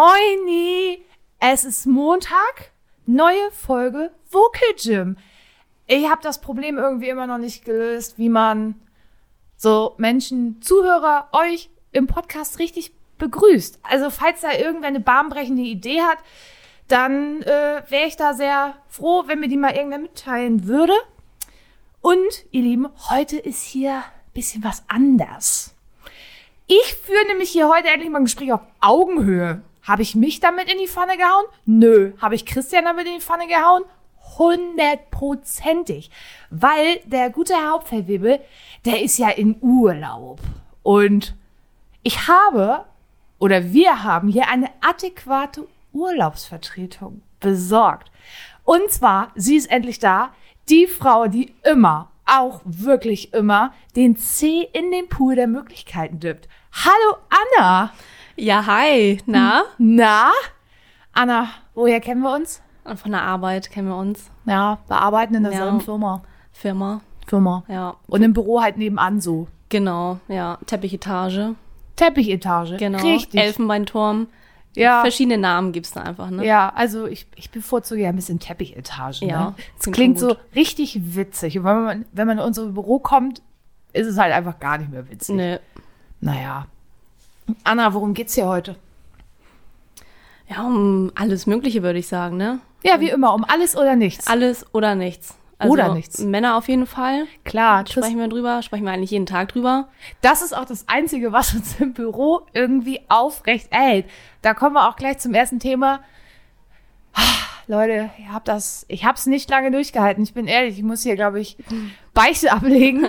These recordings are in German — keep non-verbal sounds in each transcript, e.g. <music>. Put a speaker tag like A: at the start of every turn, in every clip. A: Moini! Es ist Montag, neue Folge Vocal Gym. Ich habe das Problem irgendwie immer noch nicht gelöst, wie man so Menschen, Zuhörer, euch im Podcast richtig begrüßt. Also falls da irgendwer eine bahnbrechende Idee hat, dann äh, wäre ich da sehr froh, wenn mir die mal irgendwer mitteilen würde. Und ihr Lieben, heute ist hier ein bisschen was anders. Ich führe nämlich hier heute endlich mal ein Gespräch auf Augenhöhe. Habe ich mich damit in die Pfanne gehauen? Nö. Habe ich Christian damit in die Pfanne gehauen? Hundertprozentig. Weil der gute Herr Hauptfeldwebel, der ist ja in Urlaub. Und ich habe oder wir haben hier eine adäquate Urlaubsvertretung besorgt. Und zwar, sie ist endlich da, die Frau, die immer, auch wirklich immer, den C in den Pool der Möglichkeiten dippt. Hallo Anna!
B: Ja, hi. Na?
A: Hm. Na? Anna, woher kennen wir uns?
B: Und von der Arbeit kennen wir uns.
A: Ja, wir arbeiten in derselben
B: Ja.
A: Firma.
B: Firma.
A: Firma.
B: Ja.
A: Und im Büro halt nebenan so.
B: Genau, ja. Teppichetage.
A: Teppichetage.
B: Genau.
A: Richtig.
B: Elfenbeinturm.
A: ja.
B: Verschiedene Namen gibt's da einfach, ne?
A: Ja, also ich, ich bevorzuge ja ein bisschen Teppichetagen.
B: Ja,
A: ne? Es
B: klingt
A: klingt
B: schon
A: so
B: gut.
A: richtig witzig. Und wenn man, wenn man in unser Büro kommt, ist es halt einfach gar nicht mehr witzig.
B: Nee.
A: Naja. Anna, worum geht's hier heute?
B: Ja, um alles Mögliche würde ich sagen, ne?
A: Ja, wie immer, um alles oder nichts.
B: Alles oder nichts. Also
A: Oder nichts.
B: Männer auf jeden Fall.
A: Klar, Chris,
B: Sprechen wir drüber, sprechen wir eigentlich jeden Tag drüber.
A: das ist auch das Einzige, was uns im Büro irgendwie aufrecht hält. Da kommen wir auch gleich zum ersten Thema. Ah, Leute, ihr habt das, ich hab's nicht lange durchgehalten. Ich bin ehrlich, ich muss hier, glaube ich, Beichte ablegen.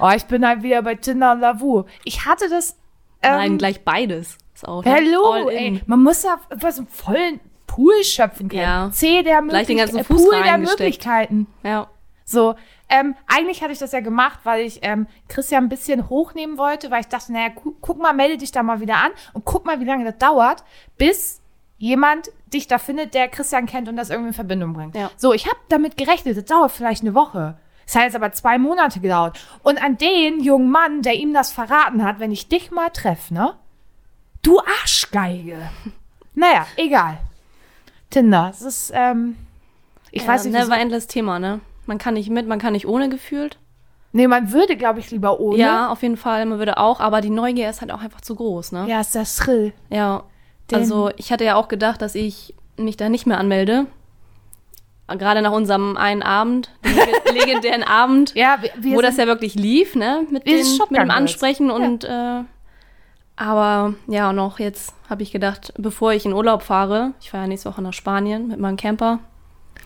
A: Oh, ich bin halt wieder bei Tinder und Lavu. Ich hatte das. Ähm,
B: Nein, gleich beides. Ist auch. ne?
A: Hello,
B: All
A: ey.
B: in.
A: Man muss da was im vollen Pool schöpfen können.
B: Ja.
A: C der
B: Gleich den ganzen
A: Möglichkeiten.
B: Fuß
A: Pool der
B: reingesteckt.
A: Möglichkeiten.
B: Ja.
A: So, ähm, eigentlich hatte ich das ja gemacht, weil ich ähm, Christian ein bisschen hochnehmen wollte, weil ich dachte, naja, gu guck mal, melde dich da mal wieder an und guck mal, wie lange das dauert, bis jemand dich da findet, der Christian kennt und das irgendwie in Verbindung bringt.
B: Ja.
A: So, ich habe damit gerechnet, das dauert vielleicht eine Woche. Das hat jetzt aber zwei Monate gedauert. Und an den jungen Mann, der ihm das verraten hat, wenn ich dich mal treffe, ne? Du
B: <laughs>
A: Arschgeige. Naja, egal. Tinder, es ist, ähm, ich
B: ja,
A: weiß nicht, wieso-
B: Never endless Thema, ne? Man kann nicht mit, man kann nicht ohne gefühlt.
A: Nee, man würde, glaube ich, lieber ohne.
B: Ja, auf jeden Fall. Man würde auch, aber die Neugier ist halt auch einfach zu groß, ne?
A: Ja, ist das Thrill.
B: Ja,
A: Denn-
B: also ich hatte ja auch gedacht, dass ich mich da nicht mehr anmelde. Gerade nach unserem einen Abend, dem <laughs> lege- legendären Abend,
A: Ja, wir, wir
B: wo
A: sind,
B: das ja wirklich lief, ne? Mit,
A: Wir
B: den,
A: sind
B: mit
A: Shotgun
B: dem
A: Girls.
B: Ansprechen und äh, aber ja, noch jetzt habe ich gedacht, bevor ich in Urlaub fahre, ich fahre ja nächste Woche nach Spanien mit meinem Camper.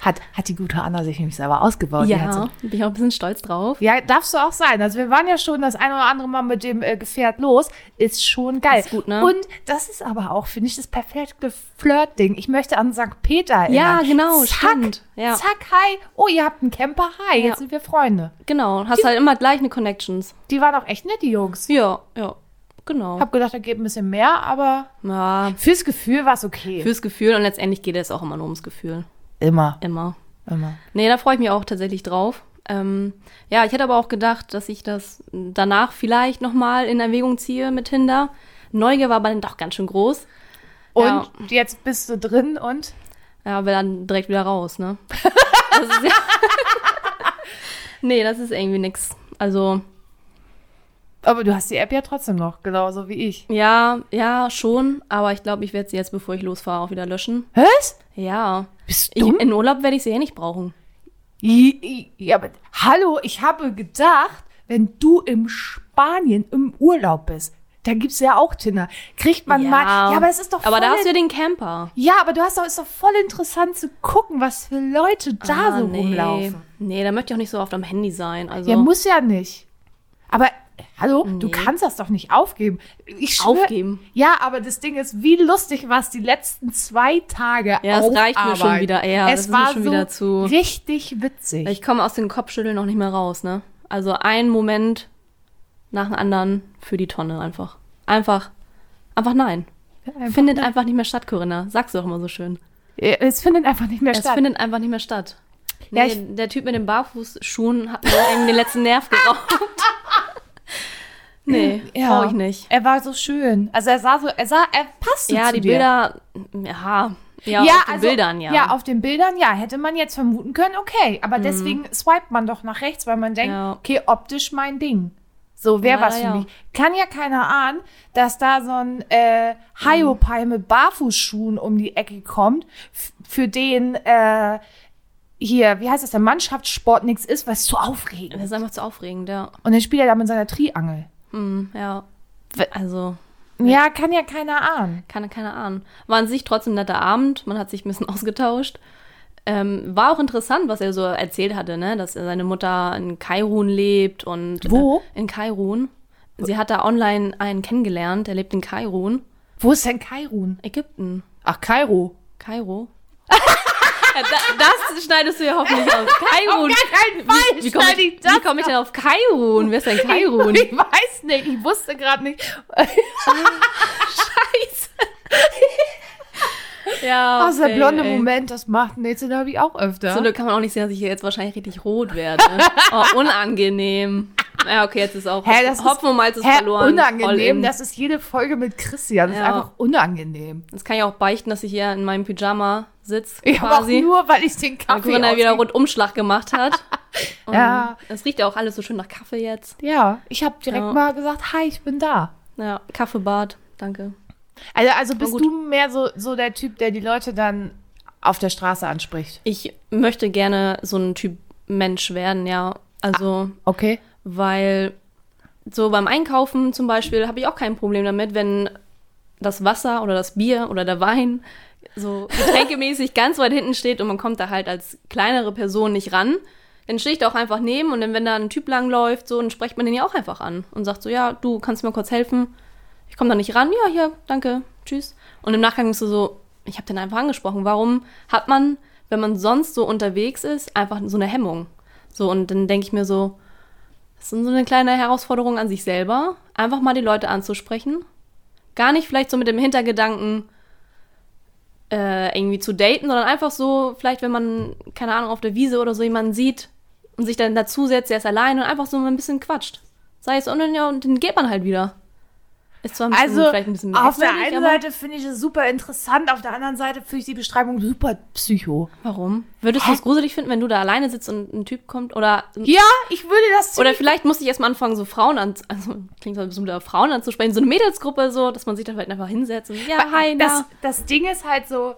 A: hat, hat die gute Anna sich nämlich selber ausgebaut. Oh, die hat so-
B: bin ich auch ein bisschen stolz drauf.
A: ja, darfst du auch sein. Also wir waren ja schon das ein oder andere Mal mit dem äh, Gefährt los. Ist schon geil.
B: Ist gut, ne?
A: Und das ist aber auch, finde ich, das perfekte Flirt-Ding. Ich möchte an St. Peter
B: Ja,
A: erinnern.
B: genau,
A: zack,
B: stimmt. Ja.
A: Zack, hi. Oh, ihr habt einen Camper, hi.
B: Ja.
A: Jetzt sind wir Freunde.
B: Genau, hast halt immer gleich eine Connections.
A: Die waren auch echt nett, die Jungs.
B: Ja, ja, genau.
A: Hab gedacht, da geht ein bisschen mehr, aber
B: Ja,
A: fürs Gefühl war es okay.
B: fürs Gefühl und letztendlich geht es auch immer nur ums Gefühl.
A: immer,
B: Immer.
A: immer.
B: Nee, da freue ich mich auch tatsächlich drauf. Ähm, ja, ich hätte aber auch gedacht, dass ich das danach vielleicht nochmal in Erwägung ziehe mit Tinder. Neugier war aber dann doch ganz schön groß.
A: Und
B: Ja.
A: jetzt bist du drin und
B: Ja, aber dann direkt wieder
A: <laughs>
B: raus, ne? Das ist ja <laughs> nee, das ist irgendwie nix. Also,
A: Aber du hast die App ja trotzdem noch, genauso wie ich.
B: ja, ja, schon. Aber ich glaube, ich werde sie jetzt, bevor ich losfahre, auch wieder löschen.
A: Was?
B: Ja.
A: Bist
B: Ich,
A: du?
B: in Urlaub werde ich sie eh nicht brauchen.
A: I- I- Ja, aber, hallo, ich habe gedacht, wenn du im Spanien im Urlaub bist, da gibt's ja auch Tinder. Kriegt man mal. Ja, aber es ist doch
B: Aber
A: voll
B: da hast du
A: in-
B: ja den Camper.
A: Ja, aber du hast doch, ist doch voll interessant zu gucken, was für Leute da
B: Ah,
A: so
B: nee.
A: rumlaufen.
B: Nee, da möchte ich auch nicht so oft am Handy sein. Also.
A: Ja, muss ja nicht. Aber hallo, du
B: Nee.
A: kannst das doch nicht aufgeben. Ich schwör,
B: Aufgeben?
A: Ja, aber das Ding ist, wie lustig war es die letzten zwei Tage
B: Ja,
A: auf
B: es reicht mir schon
A: Arbeit.
B: wieder, ja, das
A: es
B: ist mir
A: war
B: schon
A: so
B: wieder zu-
A: richtig witzig.
B: Ich komme aus dem Kopfschütteln noch nicht mehr raus, ne? Also ein Moment nach dem anderen für die Tonne einfach. Einfach, einfach nein.
A: Einfach-
B: findet einfach nicht mehr statt, Corinna. Sag's doch immer so schön.
A: Ja, es findet einfach nicht mehr
B: Es
A: statt.
B: findet einfach nicht mehr statt. Nee,
A: Ja,
B: der Typ mit den Barfußschuhen hat mir irgendwie den letzten Nerv geraubt. Nee,
A: Ja.
B: brauche ich nicht.
A: Er war so schön. Also er sah so, er sah, er passte
B: Ja,
A: zu
B: die
A: dir.
B: Bilder, ja, ja, auf den Bildern, ja.
A: also,
B: Mhm.
A: Ja, auf den Bildern, ja. Hätte man jetzt vermuten können, okay. Aber deswegen swiped man doch nach rechts, weil man denkt,
B: Ja.
A: okay, optisch mein Ding. So, wer
B: Ja,
A: was für
B: ja.
A: mich? Kann ja keiner ahnen, dass da so ein äh,
B: Mhm.
A: Haiopai mit Barfußschuhen um die Ecke kommt, f- für den äh, hier, wie heißt das, der Mannschaftssport nichts ist, was zu
B: das
A: aufregend.
B: ist einfach zu aufregend, ja.
A: Und dann spielt er da mit seiner Triangel.
B: Hm, ja. Also,
A: Ja, kann ja keiner ahnen.
B: keine, keine Ahnung. War an sich trotzdem ein netter Abend. Man hat sich ein bisschen <laughs> ausgetauscht. Ähm, war auch interessant, was er so erzählt hatte, ne? dass er seine Mutter in Kairun lebt und.
A: Wo?
B: Äh, in Kairun. Sie hat da online einen kennengelernt, der lebt in Kairun.
A: Wo ist denn Kairun?
B: Ägypten.
A: Ach, Kairo. <laughs>
B: Kairo. ja, da, das schneidest du ja
A: <laughs>
B: hoffentlich aus. Kairun.
A: keinen Fall
B: Wie komme
A: schneide
B: ich, wie komm ich denn auf Kairun? Wer
A: <laughs>
B: ist <laughs> denn Kairun?
A: Ich weiß nicht, ich wusste gerade nicht.
B: Scheiße. ja.
A: Oh, der
B: okay,
A: blonde
B: ey.
A: Moment, das macht Nete, da habe ich auch öfter.
B: Zum Glück kann man auch nicht sehen, dass ich hier jetzt wahrscheinlich richtig
A: <laughs>
B: rot werde. Oh, unangenehm. Ja, okay, jetzt ist auch
A: Hä, das ist-
B: Hopfen und Malz ist
A: Hä,
B: verloren. All
A: unangenehm,
B: in.
A: das ist jede Folge mit Christian. Das ist
B: Ja.
A: einfach unangenehm.
B: Jetzt kann ich auch beichten, dass ich hier in meinem Pyjama sitze
A: Ich habe auch
B: quasi.
A: nur, weil ich den
B: Weil
A: Kaffee
B: Corinna wieder
A: ausge-
B: Rundumschlag gemacht hat.
A: <laughs>
B: Und
A: Ja.
B: Es riecht ja auch alles so schön nach Kaffee jetzt.
A: Ja, ich habe direkt
B: um. Ja.
A: mal gesagt, hi, ich bin da.
B: Ja, Kaffeebad, danke.
A: Also, also bist
B: gut.
A: du mehr so, so der Typ, der die Leute dann auf der Straße anspricht.
B: Ich möchte gerne so ein Typ Mensch werden, ja. Also,
A: Okay.
B: weil so beim Einkaufen zum Beispiel habe ich auch kein Problem damit, wenn das Wasser oder das Bier oder der Wein so getränkemäßig ganz weit hinten steht und man kommt da halt als kleinere Person nicht ran, dann stehe ich da auch einfach neben und dann, wenn da ein Typ langläuft, so, dann spricht man den ja auch einfach an und sagt so, ja, du kannst mir kurz helfen, ich komme da nicht ran, ja, hier, danke, tschüss. Und im Nachgang bist du so, ich habe den einfach angesprochen. Warum hat man, wenn man sonst so unterwegs ist, einfach so eine Hemmung? So, und dann denke ich mir so, das ist so eine kleine Herausforderung an sich selber, einfach mal die Leute anzusprechen. Gar nicht vielleicht so mit dem Hintergedanken, äh, irgendwie zu daten, sondern einfach so, vielleicht wenn man, keine Ahnung, auf der Wiese oder so jemanden sieht und sich dann dazusetzt, der ist allein und einfach so ein bisschen quatscht. Sei es, und dann, ja, und dann geht man halt wieder. Ist zwar ein bisschen,
A: Also,
B: vielleicht ein bisschen
A: auf der
B: merkwürdig,
A: einen
B: aber-
A: Seite finde ich es super interessant, auf der anderen Seite finde ich die Beschreibung super psycho.
B: Warum? Würdest du es gruselig finden, wenn du da alleine sitzt und ein Typ kommt? Oder,
A: Ja, ich würde das
B: oder vielleicht musste ich erstmal anfangen, so Frauen an, also klingt so ein bisschen wieder Frauen anzusprechen, so eine Mädelsgruppe, so, dass man sich da vielleicht einfach hinsetzt und ja, hi,
A: Ah, das,
B: na.
A: das Ding ist halt so,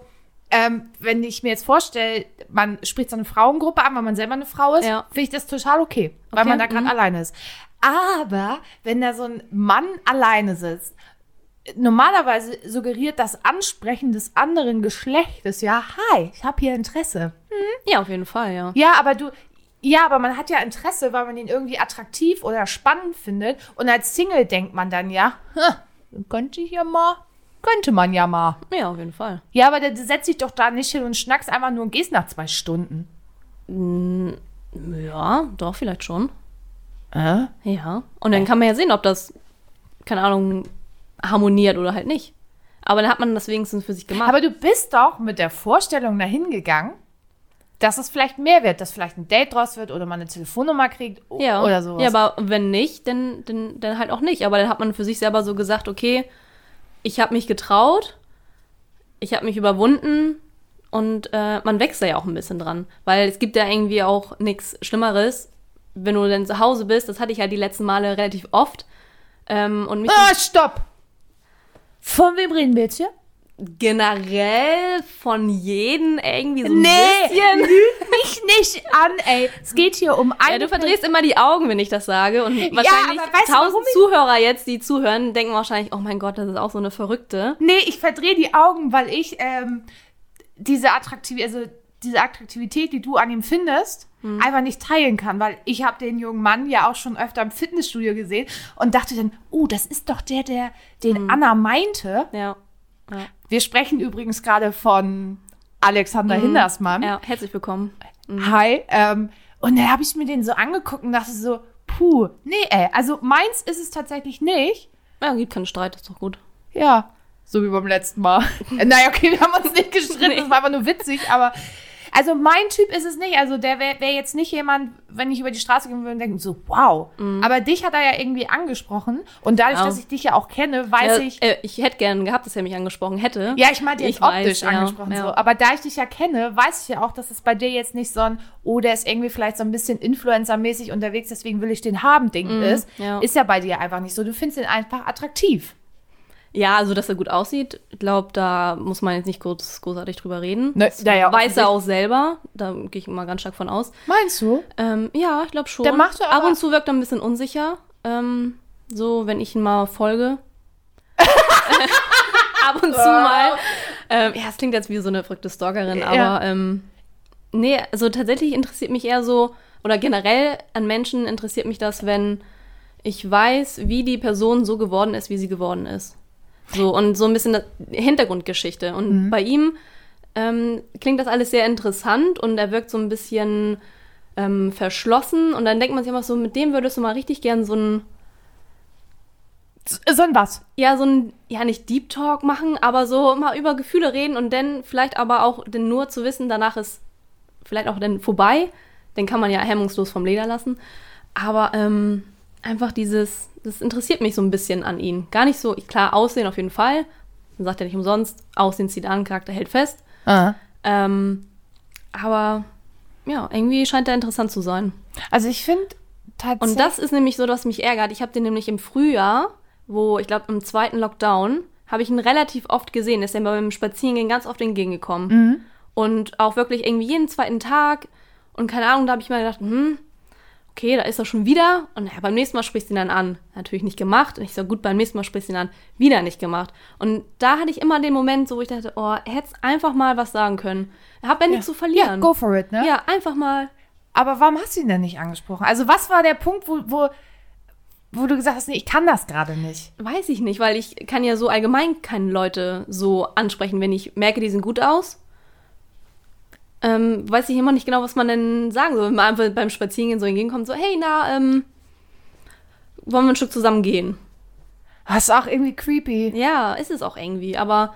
A: ähm, wenn ich mir jetzt vorstelle, man spricht so eine Frauengruppe an, weil man selber eine Frau ist,
B: Ja.
A: finde ich das total okay, weil
B: Okay,
A: man da gerade
B: mhm.
A: alleine ist. Aber wenn da so ein Mann alleine sitzt, normalerweise suggeriert das Ansprechen des anderen Geschlechtes ja, hi, ich habe hier Interesse.
B: Ja, auf jeden Fall, ja.
A: Ja, aber du. Ja, aber man hat ja Interesse, weil man ihn irgendwie attraktiv oder spannend findet. Und als Single denkt man dann ja, "Ha, dann könnte ich ja mal, könnte man ja mal.
B: Ja, auf jeden Fall.
A: Ja, aber dann setz dich doch da nicht hin und schnackst einfach nur und gehst nach zwei Stunden.
B: Ja, doch, vielleicht schon.
A: Äh?
B: Ja. Und dann kann man ja sehen, ob das, keine Ahnung, harmoniert oder halt nicht. Aber dann hat man das wenigstens für sich gemacht.
A: Aber du bist doch mit der Vorstellung dahin gegangen, dass es vielleicht mehr wird, dass vielleicht ein Date draus wird oder man eine Telefonnummer kriegt o-
B: ja.
A: oder sowas.
B: Ja, aber wenn nicht, dann, dann, dann halt auch nicht. Aber dann hat man für sich selber so gesagt, okay, ich habe mich getraut, ich habe mich überwunden und äh, man wächst da ja auch ein bisschen dran. Weil es gibt ja irgendwie auch nichts Schlimmeres, wenn du dann zu Hause bist. Das hatte ich ja die letzten Male relativ oft. Ähm, und mich
A: ah, stopp! Von wem reden wir jetzt hier?
B: generell von jedem irgendwie so ein
A: Nee,
B: bisschen...
A: lüg mich nicht an, ey. Es geht hier um eine
B: Ja, du verdrehst immer die Augen, wenn ich das sage. Und wahrscheinlich
A: aber weißt du, warum
B: tausend
A: ich-
B: Zuhörer jetzt, die zuhören, denken wahrscheinlich, oh mein Gott, das ist auch so eine Verrückte.
A: Nee, ich verdrehe die Augen, weil ich ähm, diese, Attraktiv also diese Attraktivität, die du an ihm findest, einfach nicht teilen kann, weil ich habe den jungen Mann ja auch schon öfter im Fitnessstudio gesehen und dachte dann, oh, das ist doch der, der den Anna meinte.
B: Ja.
A: Wir sprechen übrigens gerade von Alexander Hindersmann.
B: Hm. ja, herzlich willkommen.
A: Hi. Ähm, und dann habe ich mir den so angeguckt und dachte so, puh, nee, ey, also meins ist es tatsächlich nicht.
B: Ja, gibt keinen Streit, ist doch gut.
A: <laughs> Ja. So wie beim letzten Mal. Äh, naja, okay, wir haben uns nicht gestritten,
B: Nee.
A: das war einfach nur witzig, aber Also mein Typ ist es nicht. Also der wäre wär jetzt nicht jemand, wenn ich über die Straße gehen würde und denken so, wow. Aber dich hat er ja irgendwie angesprochen. Und dadurch,
B: Mhm. Ja.
A: dass ich dich ja auch kenne, weiß
B: Ja,
A: ich.
B: äh, ich hätte gern gehabt, dass er mich angesprochen hätte.
A: Ja, ich meinte jetzt
B: ich weiß,
A: optisch
B: ja,
A: angesprochen
B: ja.
A: so. Aber da ich dich ja kenne, weiß ich ja auch, dass es bei dir jetzt nicht so ein, oh, der ist irgendwie vielleicht so ein bisschen Influencer-mäßig unterwegs, deswegen will ich den haben, Ding ist.
B: Mhm, ja.
A: Ist ja bei dir einfach nicht so. Du findest ihn einfach attraktiv.
B: Ja, also dass er gut aussieht, ich glaube, da muss man jetzt nicht groß, großartig drüber reden.
A: Ne,
B: Das
A: da ja
B: weiß
A: offensichtlich-
B: er auch selber, da gehe ich mal ganz stark von aus.
A: Meinst du?
B: Ähm, ja, ich glaube schon.
A: Der macht ja
B: Ab
A: aber-
B: und zu wirkt er ein bisschen unsicher, ähm, so wenn ich ihn mal folge. Ab und zu mal. Ähm, ja, es klingt jetzt wie so eine verrückte Stalkerin,
A: Ja.
B: aber ähm, nee, also tatsächlich interessiert mich eher so, oder generell an Menschen interessiert mich das, wenn ich weiß, wie die Person so geworden ist, wie sie geworden ist. So, und so ein bisschen das- Hintergrundgeschichte. Und bei ihm ähm, klingt das alles sehr interessant und er wirkt so ein bisschen ähm, verschlossen. Und dann denkt man sich immer so, mit dem würdest du mal richtig gern so ein,
A: So ein was.
B: ja, so ein, ja, nicht Deep Talk machen, aber so mal über Gefühle reden und dann vielleicht aber auch denn nur zu wissen, danach ist vielleicht auch dann vorbei. Den kann man ja hemmungslos vom Leder lassen. Aber ähm, einfach dieses, das interessiert mich so ein bisschen an ihn. Gar nicht so, klar, Aussehen auf jeden Fall. Man sagt ja nicht umsonst, Aussehen zieht an, Charakter hält fest. Ähm, aber ja, irgendwie scheint er interessant zu sein.
A: Also ich finde
B: Und
A: tatsächlich.
B: das ist nämlich so, was mich ärgert. Ich habe den nämlich im Frühjahr, wo ich glaube im zweiten Lockdown, habe ich ihn relativ oft gesehen. Ist er mir beim Spazierengehen ganz oft entgegengekommen. Und auch wirklich irgendwie jeden zweiten Tag. Und keine Ahnung, da habe ich mir gedacht, hm, okay, da ist er schon wieder. Und ja, beim nächsten Mal sprichst du ihn dann an. Natürlich nicht gemacht. Und ich so, gut, beim nächsten Mal sprichst du ihn an. Wieder nicht gemacht. Und da hatte ich immer den Moment, so, wo ich dachte, oh, hättest einfach mal was sagen können. Hab ja nichts zu
A: ja,
B: verlieren.
A: go for it, ne?
B: ja, einfach mal.
A: Aber warum hast du ihn denn nicht angesprochen? Also was war der Punkt, wo, wo, wo du gesagt hast, nee, ich kann das gerade nicht?
B: Weiß ich nicht, weil ich kann ja so allgemein keine Leute so ansprechen, wenn ich merke, die sind gut aus. Ähm, weiß ich immer nicht genau, was man denn sagen soll. Wenn man einfach beim Spazierengehen so entgegenkommt, so, hey, na, ähm, wollen wir ein Stück zusammen gehen?
A: Das ist auch irgendwie creepy.
B: Ja, ist es auch irgendwie, aber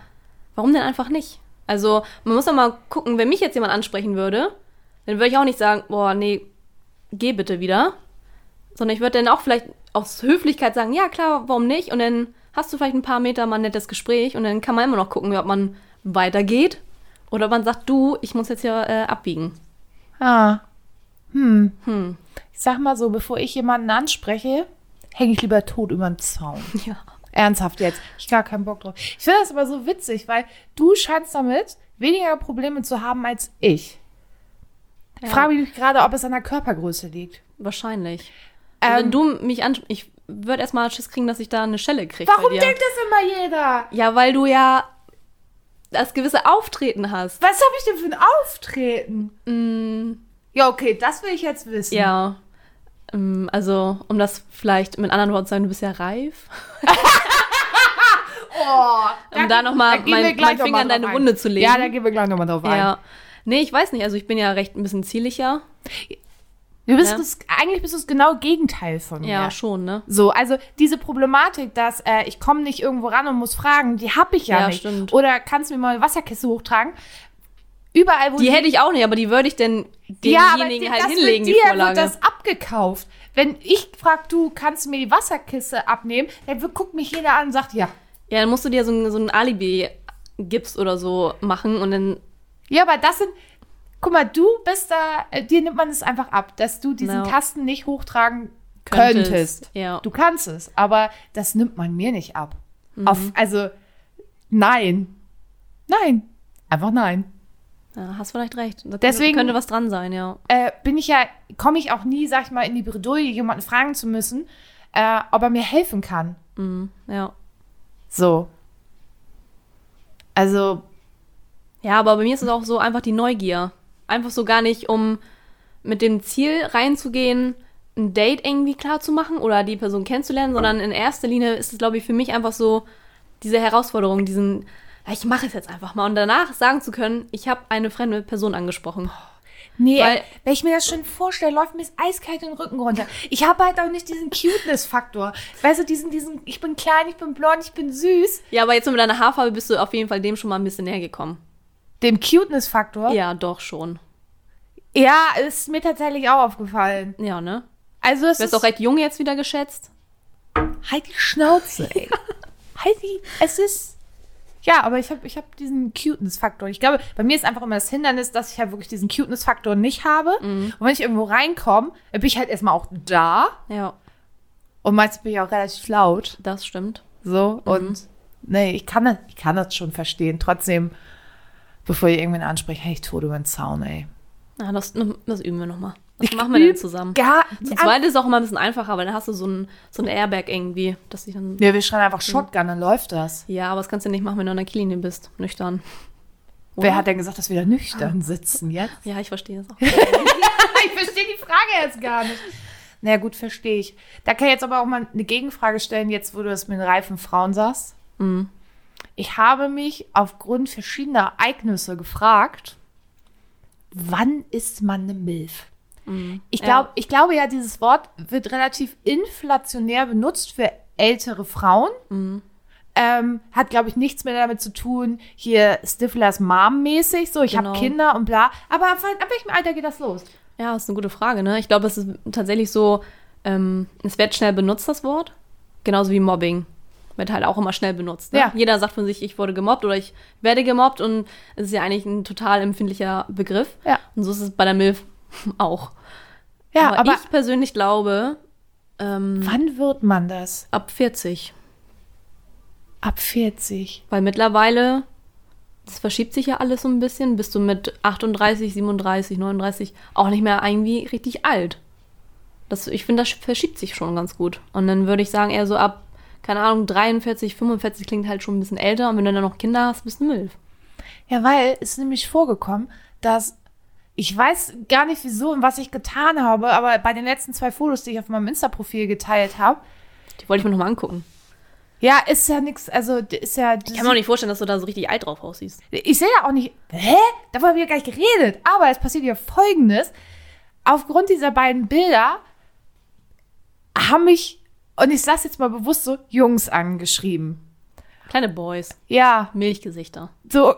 B: warum denn einfach nicht? Also, man muss doch mal gucken, wenn mich jetzt jemand ansprechen würde, dann würde ich auch nicht sagen, boah, nee, geh bitte wieder. Sondern ich würde dann auch vielleicht aus Höflichkeit sagen, ja klar, warum nicht? Und dann hast du vielleicht ein paar Meter mal ein nettes Gespräch und dann kann man immer noch gucken, ob man weitergeht oder ob man sagt, du, ich muss jetzt hier äh, abbiegen.
A: Ah. Hm.
B: Hm.
A: Ich sag mal so, bevor ich jemanden anspreche, hänge ich lieber tot über den Zaun.
B: <laughs> Ja.
A: Ernsthaft jetzt. Ich gar keinen Bock drauf. Ich finde das aber so witzig, weil du scheinst damit weniger Probleme zu haben als ich. Ich Frage mich gerade, ob es an der Körpergröße liegt.
B: Wahrscheinlich.
A: Ähm,
B: Also, wenn du mich ansprichst, ich würde erstmal Schiss kriegen, dass ich da eine Schelle kriege.
A: Warum
B: dir.
A: denkt das immer jeder?
B: Ja, weil du ja das gewisse Auftreten hast.
A: Was habe ich denn für ein Auftreten? Mm. Ja, okay, das will ich jetzt wissen.
B: Ja. Ähm, Also, um das vielleicht mit anderen Worten zu sagen, du bist ja reif.
A: <laughs> Oh,
B: Um da noch mal mein- mein Finger in deine Wunde zu legen.
A: Ja, da gehen wir gleich nochmal drauf ein.
B: Ja. Nee, ich weiß nicht. Also, ich bin ja recht ein bisschen zierlicher.
A: Du bist
B: Ja.
A: das, eigentlich bist du das genau Gegenteil von mir.
B: Ja, schon, ne?
A: So, also diese Problematik, dass äh, ich komme nicht irgendwo ran und muss fragen, die habe ich ja,
B: Ja,
A: nicht.
B: stimmt.
A: Oder kannst du mir mal eine Wasserkiste hochtragen? Überall, wo
B: Die hätte ich auch nicht, aber die würde ich denn
A: ja, aber
B: denjenigen
A: die-
B: halt
A: das wird
B: hinlegen, die
A: dir
B: Vorlage.
A: wird das abgekauft. Wenn ich frage, du kannst du mir die Wasserkiste abnehmen, dann wird- guckt mich jeder an und sagt ja.
B: ja, dann musst du dir so ein, so ein Alibi-Gips oder so machen und dann.
A: Ja, aber das sind. Guck mal, du bist da, äh, dir nimmt man es einfach ab, dass du diesen
B: Ja.
A: Kasten nicht hochtragen
B: Könntest,
A: könntest.
B: ja.
A: Du kannst es, aber das nimmt man mir nicht ab.
B: Mhm.
A: Auf, also, nein. Nein. Einfach nein.
B: Ja, hast vielleicht recht. Da
A: Deswegen-
B: könnte was dran sein, ja.
A: Äh, bin ich ja, komme ich auch nie, sag ich mal, in die Bredouille, jemanden fragen zu müssen, äh, ob er mir helfen kann.
B: Mhm, ja.
A: So. Also,
B: Ja, aber bei mir ist es auch so einfach die Neugier. Einfach so gar nicht, um mit dem Ziel reinzugehen, ein Date irgendwie klar zu machen oder die Person kennenzulernen, sondern in erster Linie ist es, glaube ich, für mich einfach so diese Herausforderung, diesen, ja, ich mache es jetzt einfach mal und danach sagen zu können, ich habe eine fremde Person angesprochen.
A: Nee, äh,
B: Weil-
A: wenn ich mir das schon vorstelle, läuft mir es eiskalt den Rücken runter. Ich habe halt auch nicht diesen Cuteness-Faktor. Weißt du, diesen, diesen, ich bin klein, ich bin blond, ich bin süß.
B: Ja, aber jetzt mit deiner Haarfarbe bist du auf jeden Fall dem schon mal ein bisschen näher gekommen.
A: Dem Cuteness-Faktor?
B: Ja, doch schon.
A: Ja, ist mir tatsächlich auch aufgefallen.
B: Ja, ne?
A: Also es
B: Du wirst
A: ist
B: auch recht jung jetzt wieder geschätzt.
A: halt die Schnauze,
B: <laughs>
A: ey. halt die, es ist, ja, aber ich habe ich hab diesen Cuteness-Faktor. Ich glaube, bei mir ist einfach immer das Hindernis, dass ich halt wirklich diesen Cuteness-Faktor nicht habe.
B: Mhm.
A: Und wenn ich irgendwo reinkomme, dann bin ich halt erstmal auch da.
B: Ja,
A: Und meistens bin ich auch relativ laut.
B: das stimmt.
A: So,
B: Mhm.
A: und nee, ich kann, das, ich kann das schon verstehen. Trotzdem, bevor ihr irgendwen anspricht, hey, ich tot über den Zaun, ey.
B: Na, Ah, das, das üben wir nochmal. Was
A: Ich
B: machen wir denn
A: üb-
B: zusammen?
A: Gar,
B: Zum Zweiten ist es auch immer ein bisschen einfacher, weil dann hast du so ein, so ein Airbag irgendwie, dass ich dann.
A: ja, wir schreien
B: Mhm.
A: einfach Shotgun, dann läuft das.
B: Ja, aber das kannst du nicht machen, wenn du an der Kilinie bist. Nüchtern.
A: Wer hat denn gesagt, dass wir da nüchtern
B: Ah.
A: sitzen jetzt?
B: Ja, ich verstehe das auch.
A: ich verstehe die Frage jetzt gar nicht. Na naja, gut, verstehe ich. Da kann ich jetzt aber auch mal eine Gegenfrage stellen, jetzt wo du das mit den reifen Frauen sagst.
B: Mhm.
A: Ich habe mich aufgrund verschiedener Ereignisse gefragt, wann ist man eine Milf? Ich,
B: Mhm. ja.
A: glaub, ich glaube ja, dieses Wort wird relativ inflationär benutzt für ältere Frauen.
B: Mhm.
A: Ähm, hat, glaube ich, nichts mehr damit zu tun, hier Stiflers Mom-mäßig, so ich
B: Genau.
A: habe Kinder und bla. Aber ab, ab welchem Alter geht das los?
B: Ja, ist eine gute Frage, ne? Ich glaube, es ist tatsächlich so, ähm, es wird schnell benutzt, das Wort. Genauso wie Mobbing. Wird halt auch immer schnell benutzt. Ne?
A: Ja.
B: Jeder sagt von sich, ich wurde gemobbt oder ich werde gemobbt und es ist ja eigentlich ein total empfindlicher Begriff.
A: Ja.
B: Und so ist es bei der MILF <laughs> auch.
A: Ja,
B: aber, ich persönlich glaube, ähm,
A: Wann wird man das?
B: ab 40.
A: Ab 40.
B: Weil mittlerweile, das verschiebt sich ja alles so ein bisschen, bist du mit 38, 37, 39 auch nicht mehr irgendwie richtig alt. Das, ich finde, das verschiebt sich schon ganz gut. Und dann würde ich sagen, eher so ab, keine Ahnung, 43, 45 klingt halt schon ein bisschen älter. Und wenn du dann noch Kinder hast, bist du Milf.
A: Ja, weil es ist nämlich vorgekommen, dass ich weiß gar nicht wieso und was ich getan habe, aber bei den letzten zwei Fotos, die ich auf meinem Insta-Profil geteilt habe,
B: Die wollte ich mir nochmal angucken.
A: ja, ist ja nichts, also d- ist ja.
B: Ich kann mir auch nicht vorstellen, dass du da so richtig alt drauf aussiehst.
A: Ich sehe ja auch nicht. Hä? Davon haben wir gar nicht geredet. Aber es passiert ja folgendes. Aufgrund dieser beiden Bilder haben mich, und ich sag's jetzt mal bewusst so, Jungs angeschrieben.
B: Kleine Boys,
A: Ja,
B: Milchgesichter.
A: so,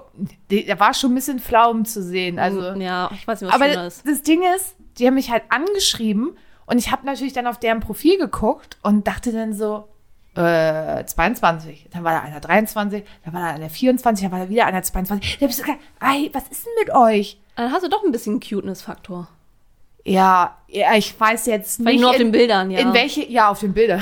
A: die- da war schon ein bisschen Pflaumen zu sehen. Also,
B: ja, ich weiß Hm, nicht, was
A: Aber
B: schöner
A: das,
B: ist.
A: das Ding ist, die haben mich halt angeschrieben und ich habe natürlich dann auf deren Profil geguckt und dachte dann so, äh, 22. Dann war da einer 23, dann war da einer 24, dann war da wieder einer 22. Dann hab ich so gedacht, ey, was ist denn mit euch?
B: Dann hast du doch ein bisschen Cuteness-Faktor.
A: Ja, ja, ich weiß jetzt
B: Weil
A: nicht.
B: nur auf
A: in,
B: den Bildern, ja.
A: in welche, ja, auf den Bildern.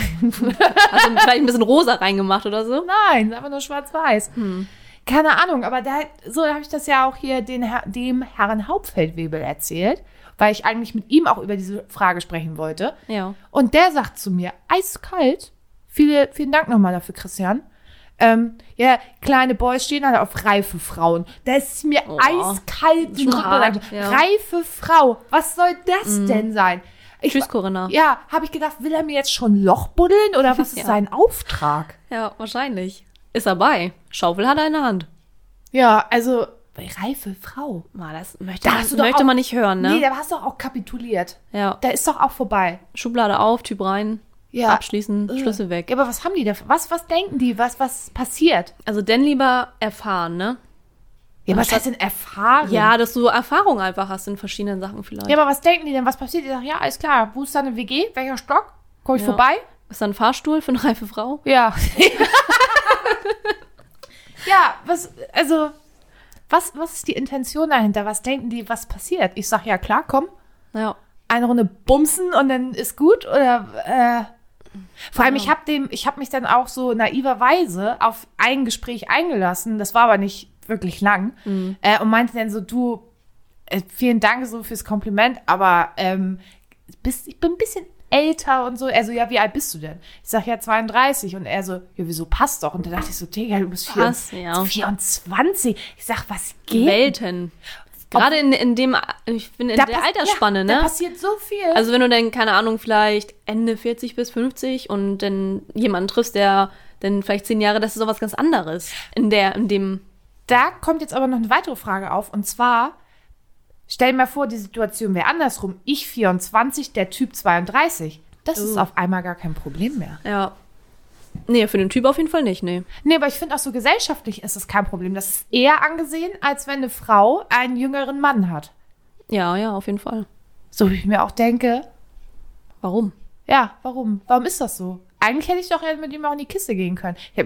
A: <laughs>
B: Hast du vielleicht ein bisschen rosa reingemacht oder so?
A: Nein, einfach nur schwarz-weiß.
B: Hm.
A: Keine Ahnung, aber da, so habe ich das ja auch hier den, Herr- dem Herrn Hauptfeldwebel erzählt, weil ich eigentlich mit ihm auch über diese Frage sprechen wollte.
B: Ja.
A: Und der sagt zu mir, eiskalt, viele, vielen Dank nochmal dafür, Christian. Ähm, ja, kleine Boys stehen halt auf reife Frauen. Das ist mir
B: Oh,
A: eiskalt.
B: schon
A: den Rücken
B: hart,
A: gerannt.
B: ja. Mhm.
A: Reife Frau, was soll das denn sein? Ich,
B: Tschüss, Corinna.
A: ja, habe ich gedacht, will er mir jetzt schon Loch buddeln oder
B: <laughs>
A: was ist
B: Ja.
A: sein Auftrag?
B: Ja, wahrscheinlich. Ist dabei. Schaufel hat er in der Hand.
A: Ja, also reife Frau.
B: Mal, das
A: Da
B: möchte,
A: hast du doch
B: möchte
A: auch-
B: man nicht hören, ne?
A: Nee, da hast du doch auch kapituliert.
B: ja.
A: Da ist doch auch vorbei.
B: Schublade auf, Typ rein,
A: Ja.
B: abschließen,
A: Äh.
B: Schlüssel weg.
A: Ja, aber was haben die da? Was, was denken die? Was, was passiert?
B: Also denn lieber erfahren, ne?
A: Ja,
B: Aber
A: was
B: statt-
A: heißt denn erfahren?
B: Ja, dass du Erfahrung einfach hast in verschiedenen Sachen vielleicht.
A: Ja, aber was denken die denn? Was passiert? Die sagen, ja, alles klar, wo ist da eine WG? Welcher Stock? Komm ich
B: Ja.
A: vorbei?
B: Ist da ein Fahrstuhl für eine reife Frau? <laughs>
A: Ja. ja, was, also, was, was ist die Intention dahinter? Was denken die, was passiert? Ich sag, ja klar, komm,
B: Ja.
A: eine Runde bumsen und dann ist gut oder, äh, vor allem,
B: Ja.
A: ich habe dem, ich habe mich dann auch so naiverweise auf ein Gespräch eingelassen, das war aber nicht wirklich lang,
B: Mhm.
A: äh, und meinte dann so, du, äh, vielen Dank so fürs Kompliment, aber ähm, bist, ich bin ein bisschen älter und so. Er so, ja, wie alt bist du denn? Ich sag, ja, 32. Und er so, ja, wieso passt doch? Und da dachte ich so, Digga, du bist
B: Passt,
A: 24.
B: ja.
A: 24. Ich sag, was geht?
B: Welten. Gerade in, in dem, ich finde, in
A: Da
B: der
A: pass-
B: Altersspanne,
A: ja,
B: ne?
A: Da passiert so viel.
B: Also wenn du dann, keine Ahnung, vielleicht Ende 40 bis 50 und dann jemanden triffst, der dann vielleicht zehn Jahre, das ist sowas ganz anderes. In der, in dem,
A: da kommt jetzt aber noch eine weitere Frage auf. Und zwar, stell dir mal vor, die Situation wäre andersrum. Ich 24, der Typ 32. Das ist
B: Oh.
A: auf einmal gar kein Problem mehr.
B: ja. Nee, für den Typ auf jeden Fall nicht, nee.
A: Nee, aber ich finde auch so gesellschaftlich ist es kein Problem. Das ist eher angesehen, als wenn eine Frau einen jüngeren Mann hat.
B: Ja, ja, auf jeden Fall.
A: So wie ich mir auch denke,
B: Warum?
A: ja, warum? Warum ist das so? Eigentlich hätte ich doch ja mit ihm auch in die Kiste gehen können. Ja,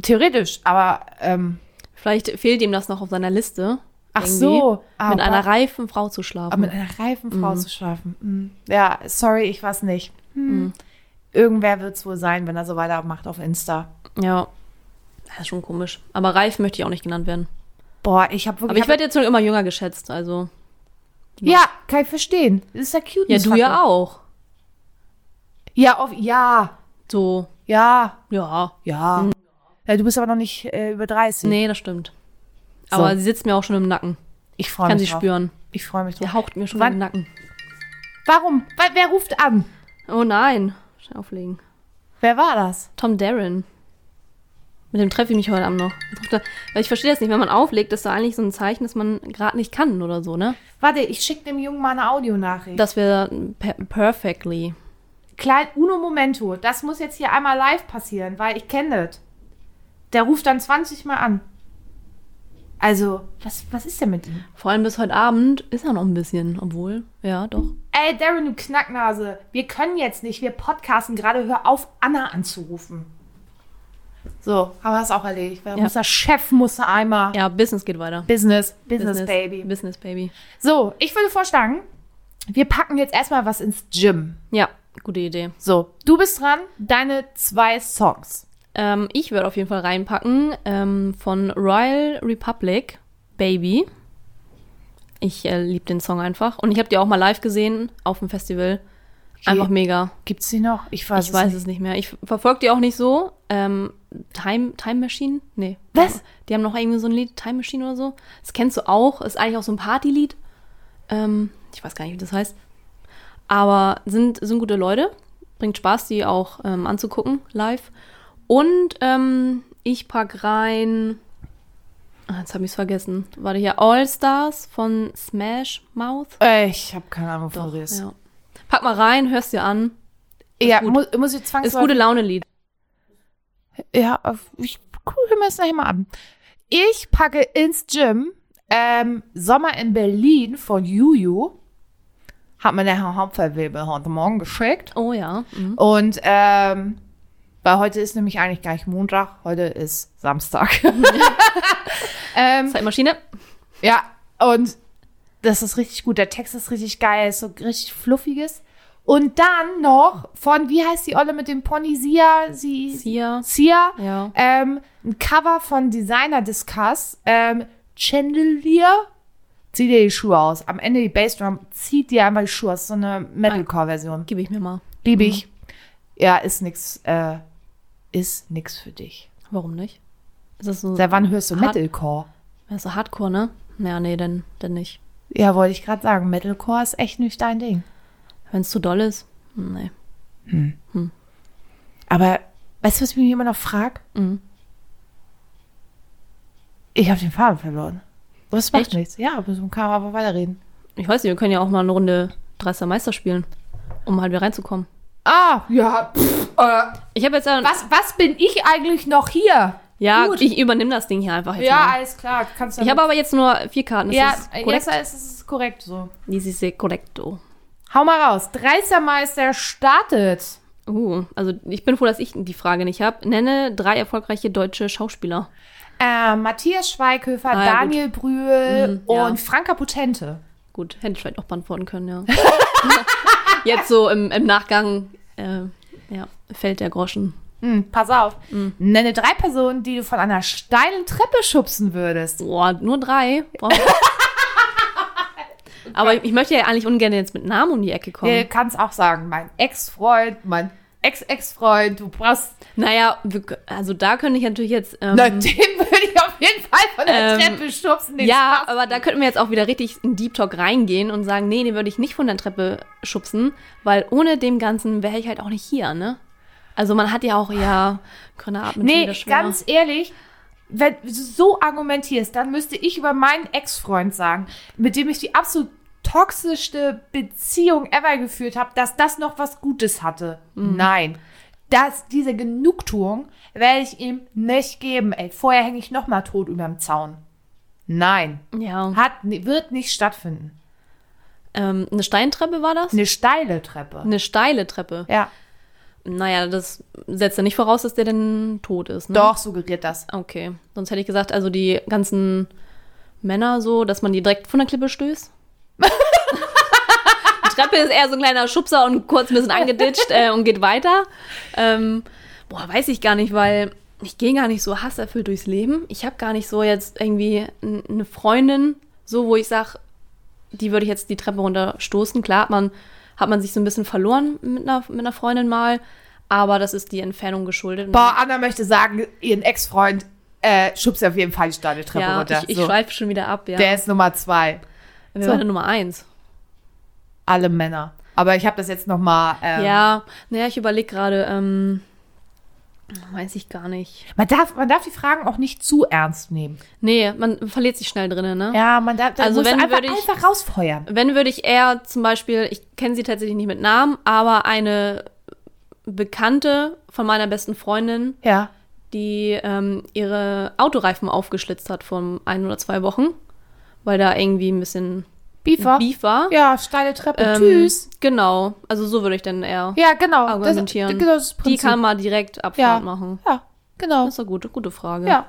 A: theoretisch, aber ähm,
B: Vielleicht fehlt ihm das noch auf seiner Liste.
A: ach
B: irgendwie,
A: so. Ah,
B: mit
A: aber-
B: einer reifen Frau zu
A: aber
B: schlafen.
A: mit einer reifen Frau zu schlafen. Mhm. Ja, sorry, ich weiß nicht.
B: Mhm.
A: Hm. Irgendwer wird es wohl sein, wenn er so weitermacht auf Insta.
B: ja. Das ist schon komisch. Aber reif möchte ich auch nicht genannt werden.
A: Boah, ich habe
B: Aber
A: wirklich.
B: ich werde jetzt schon immer jünger geschätzt, also.
A: ja, kann ich verstehen. Das ist ja cute.
B: Ja, du ja auch.
A: Ja, auf, ja,
B: So,
A: ja,
B: ja.
A: ja. ja. Du bist aber noch nicht äh, über 30.
B: Mhm. Nee, das stimmt.
A: So.
B: Aber sie sitzt mir auch schon im Nacken.
A: Ich freue
B: Kann
A: mich
B: sie
A: drauf.
B: spüren.
A: Ich freue mich drauf.
B: Der haucht mir schon
A: Wann-
B: im Nacken.
A: Warum? Wer, wer ruft an?
B: Oh nein. Schnell auflegen.
A: Wer war das?
B: Tom Darren. Mit dem treffe ich mich heute Abend noch. Jetzt ruft er- Weil Ich verstehe das nicht. Wenn man auflegt, ist da eigentlich so ein Zeichen, dass man gerade nicht kann oder so, ne?
A: Warte, ich schicke dem Jungen mal eine Audionachricht.
B: Dass wir per perfectly.
A: Klein Uno Momento, das muss jetzt hier einmal live passieren, weil ich kenne das. Der ruft dann 20 Mal an. Also, was, was ist denn mit ihm?
B: Vor allem bis heute Abend ist er noch ein bisschen, obwohl. Ja, doch.
A: Ey, Darren, du Knacknase, wir können jetzt nicht, wir podcasten gerade, hör auf, Anna anzurufen. So, aber das ist auch erledigt. Weil
B: Ja.
A: Muss der Chef muss einmal.
B: Ja, Business geht weiter.
A: Business, Business, Baby.
B: Business Baby.
A: So, ich würde vorschlagen, wir packen jetzt erstmal was ins Gym.
B: Ja, gute Idee.
A: So, du bist dran, deine zwei Songs.
B: Ähm, ich würde auf jeden Fall reinpacken ähm, von Royal Republic, Baby. Ich äh, liebe den Song einfach. Und ich habe die auch mal live gesehen auf dem Festival. Einfach
A: Ge-
B: mega.
A: Gibt's die noch? Ich weiß,
B: Also ich
A: es
B: weiß
A: nicht.
B: es nicht mehr. Ich verfolge die auch nicht so. Ähm, Time, Time Machine? Nee.
A: Was?
B: Die haben noch irgendwie so ein Lied, Time Machine oder so. Das kennst du auch. Ist eigentlich auch so ein Partylied. Ähm, ich weiß gar nicht, wie das heißt. Aber sind, sind gute Leute. Bringt Spaß, die auch ähm, anzugucken, live. Und ähm, ich pack rein. Ah, jetzt habe ich es vergessen. Warte hier. All Stars von Smash Mouth.
A: Äh, Ich habe keine Ahnung, wovon du redest.
B: Ja. Pack mal rein, hörst dir an.
A: Ja,
B: gut.
A: muss, muss ich
B: Ist
A: zwangsläufig.
B: gute Laune-Lied.
A: Ja, auf- ich gucke mir das nachher mal an. Ich packe ins Gym ähm, Sommer in Berlin von Juju. Hat mir der Herr Hauptfeldwebel heute Morgen geschickt.
B: Oh ja. Mhm.
A: Und ähm, weil heute ist nämlich eigentlich gar nicht Montag, heute ist
B: <laughs>
A: Samstag. <laughs> ähm,
B: Zeitmaschine.
A: ja, und das ist richtig gut. Der Text ist richtig geil, ist so richtig fluffiges. Und dann noch von, wie heißt die Olle mit dem Pony? Sia? Sie,
B: Sia.
A: Sia?
B: Ja.
A: Ähm, ein Cover von Designer Discuss. Ähm, Chandelier. Zieh dir die Schuhe aus. Am Ende die Bassdrum zieht dir einfach die Schuhe aus. So eine Metalcore-Version.
B: Gebe ich mir mal.
A: Liebe ich.
B: Mhm.
A: Ja, ist nix, äh, ist nix für dich.
B: Warum nicht? Ist das so,
A: Seit wann hörst du
B: Hard-
A: Metalcore?
B: das ist so Hardcore, ne? Ja, nee, dann, dann nicht.
A: Ja, wollte ich gerade sagen. Metalcore ist echt nicht dein Ding.
B: Wenn es zu doll ist, nee.
A: Aber weißt du, was ich mich immer noch frage?
B: Mhm.
A: Ich habe den Faden verloren. Aber es macht
B: Echt?
A: nichts. Ja, aber so kann man aber weiterreden.
B: Ich weiß nicht, wir können ja auch mal eine Runde Dreister Meister spielen, um halt wieder reinzukommen.
A: Ah, ja. Pff, äh,
B: Ich habe jetzt ja,
A: was, was bin ich eigentlich noch hier?
B: ja
A: Gut.
B: ich übernehme das Ding hier einfach jetzt
A: Ja,
B: mal.
A: alles klar. Kannst du
B: Ich habe aber jetzt nur vier Karten. Ist
A: ja,
B: das
A: äh,
B: korrekt?
A: jetzt ist es korrekt so.
B: Dies ist oh. korrekto.
A: Hau mal raus. Dreistermeister startet.
B: Uh, also ich bin froh, dass ich die Frage nicht habe. Nenne drei erfolgreiche deutsche Schauspieler.
A: Äh, Matthias Schweighöfer,
B: Ah, ja,
A: Daniel Brühl
B: Mhm, ja.
A: und Franka Potente.
B: Gut, hätte ich vielleicht auch beantworten können, ja. <laughs> Jetzt so im, im Nachgang äh, ja, fällt der Groschen.
A: Hm, pass auf. Nenne drei Personen, die du von einer steilen Treppe schubsen würdest.
B: Boah, nur drei.
A: <laughs>
B: Boah. Aber ich, ich möchte ja eigentlich ungern jetzt mit Namen um die Ecke kommen.
A: Ihr kannst auch sagen, mein Ex-Freund, mein Ex-Ex-Freund, du brauchst.
B: Naja, wir, kö- also da könnte ich natürlich jetzt. Ähm,
A: Na, den würde ich auf jeden Fall von der
B: ähm,
A: Treppe schubsen. den
B: ja,
A: Spaß.
B: aber da könnten wir jetzt auch wieder richtig in Deep Talk reingehen und sagen, nee, den würde ich nicht von der Treppe schubsen, weil ohne dem Ganzen wäre ich halt auch nicht hier, ne? Also man hat ja auch ja keine Ahnung.
A: Nee, ganz ehrlich, wenn du so argumentierst, dann müsste ich über meinen Ex-Freund sagen, mit dem ich die absolut toxischste Beziehung ever geführt habe, dass das noch was Gutes hatte.
B: Mhm.
A: Nein. Das, diese Genugtuung werde ich ihm nicht geben. Ey, vorher hänge ich nochmal tot überm Zaun. Nein.
B: Ja.
A: Hat, wird nicht stattfinden.
B: Ähm, eine Steintreppe war das?
A: Eine steile Treppe.
B: Eine steile Treppe.
A: Ja.
B: Naja, das setzt ja nicht voraus, dass der denn tot ist, ne?
A: Doch, suggeriert das.
B: Okay. Sonst hätte ich gesagt, also die ganzen Männer so, dass man die direkt von der Klippe stößt. <laughs> die Treppe ist eher so ein kleiner Schubser und kurz ein bisschen angeditscht äh, und geht weiter. Ähm, boah, weiß ich gar nicht, weil ich gehe gar nicht so hasserfüllt durchs Leben. Ich habe gar nicht so jetzt irgendwie n- eine Freundin, so wo ich sage, die würde ich jetzt die Treppe runterstoßen. Klar hat man, hat man sich so ein bisschen verloren mit einer, mit einer Freundin mal, aber das ist die Entfernung geschuldet. Und
A: Boah, Anna möchte sagen, ihren Ex-Freund äh, schubst auf jeden Fall die steile Treppe
B: ja,
A: runter.
B: ich, ich
A: so.
B: schweife schon wieder ab, ja.
A: Der ist Nummer zwei.
B: Wer
A: so.
B: war denn Nummer eins?
A: Alle Männer. Aber ich habe das jetzt nochmal. Ähm,
B: Ja, naja, ich überlege gerade, ähm, weiß ich gar nicht.
A: man, darf, man darf die Fragen auch nicht zu ernst nehmen.
B: Nee, man verliert sich schnell drinnen, ne?
A: Ja, man darf da
B: Also
A: musst du
B: wenn
A: einfach,
B: würde ich-
A: einfach rausfeuern.
B: Wenn würde ich eher zum Beispiel, ich kenne sie tatsächlich nicht mit Namen, aber eine Bekannte von meiner besten Freundin,
A: Ja.
B: die ähm, ihre Autoreifen aufgeschlitzt hat vor ein oder zwei Wochen, weil da irgendwie ein bisschen
A: Biefer.
B: Beef war.
A: Oh. Ja, steile Treppe.
B: Ähm,
A: Tschüss.
B: Genau, also so würde ich dann eher
A: Ja, genau. Das,
B: argumentieren.
A: genau das
B: die
A: Prinzip.
B: kann mal direkt
A: ja.
B: Abfahrt machen.
A: Ja, genau.
B: Das ist eine gute, gute Frage.
A: Ja.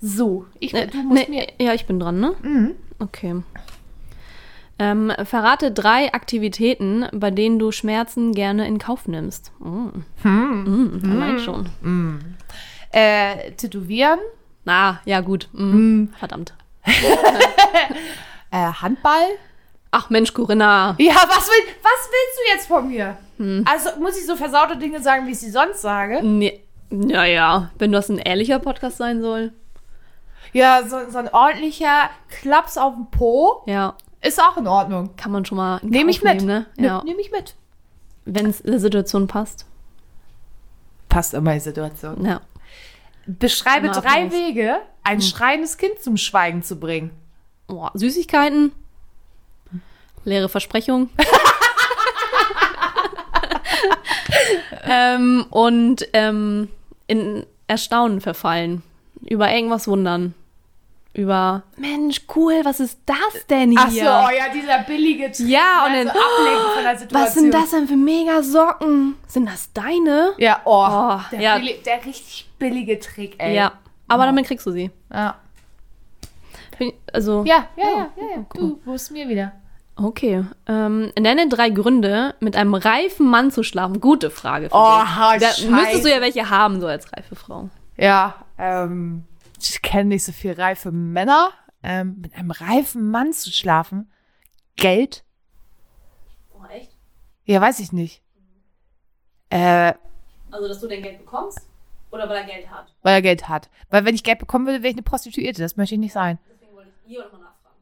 A: So, ich,
B: Äh,
A: du musst
B: nee,
A: mir. Mhm.
B: Ja, ich bin dran, ne? Okay. Ähm, verrate drei Aktivitäten, bei denen du Schmerzen gerne in Kauf nimmst. Oh.
A: Hm.
B: Mm, allein schon.
A: Äh, tätowieren,
B: Na, ja, gut. Mm.
A: Hm.
B: Verdammt.
A: äh, Handball.
B: Ach Mensch, Corinna.
A: Ja, <laughs> was, will, was willst du jetzt von mir? Also muss ich so versaute Dinge sagen, wie ich sie sonst sage?
B: Nee. Naja, wenn das ein ehrlicher Podcast sein soll.
A: Ja, so, so ein ordentlicher Klaps auf den Po
B: Ja,
A: ist auch in Ordnung.
B: kann man schon mal. in
A: Nehme
B: Kauf
A: ich mit.
B: Nehmen, ne?
A: Ne-
B: Ja,
A: Nehme ich mit.
B: wenn es der Situation passt.
A: Passt immer die Situation.
B: Ja.
A: Beschreibe
B: Immer
A: drei
B: abhängig. Hm.
A: Wege, ein schreiendes Kind zum Schweigen zu bringen.
B: Oh, Süßigkeiten. Leere Versprechung. <laughs> ähm, und ähm, in Erstaunen verfallen. Über irgendwas wundern. Über, Mensch, cool, was ist das denn hier?
A: Ach so, oh ja, dieser billige Trick.
B: Ja, und
A: ne,
B: dann,
A: so
B: oh,
A: ablenken von der Situation.
B: was sind das denn für mega Socken? Sind das deine?
A: Ja, oh,
B: Oh,
A: der,
B: ja.
A: billi- der richtig billige Trick, ey. Oh.
B: Ja. Aber damit kriegst du sie.
A: Ja,
B: Find- Also,
A: ja, ja, ja. ja, ja.
B: guck mal.
A: Du, wo ist mir wieder?
B: okay. Ähm, nenne drei Gründe, mit einem reifen Mann zu schlafen. Gute Frage. für
A: Oh,
B: dich. Da müsstest du ja welche haben, so als reife Frau.
A: Ja, ähm, ich kenne nicht so viel reife Männer. Ähm, mit einem reifen Mann zu schlafen. Geld?
B: Oh, echt?
A: Ja, weiß ich nicht. Äh,
B: Also, dass du dein Geld bekommst? Oder weil er Geld hat?
A: weil er Geld hat. Weil wenn ich Geld bekommen würde, wäre ich eine Prostituierte. Das möchte ich nicht sein.
B: Deswegen wollte ich hier nochmal nachfragen.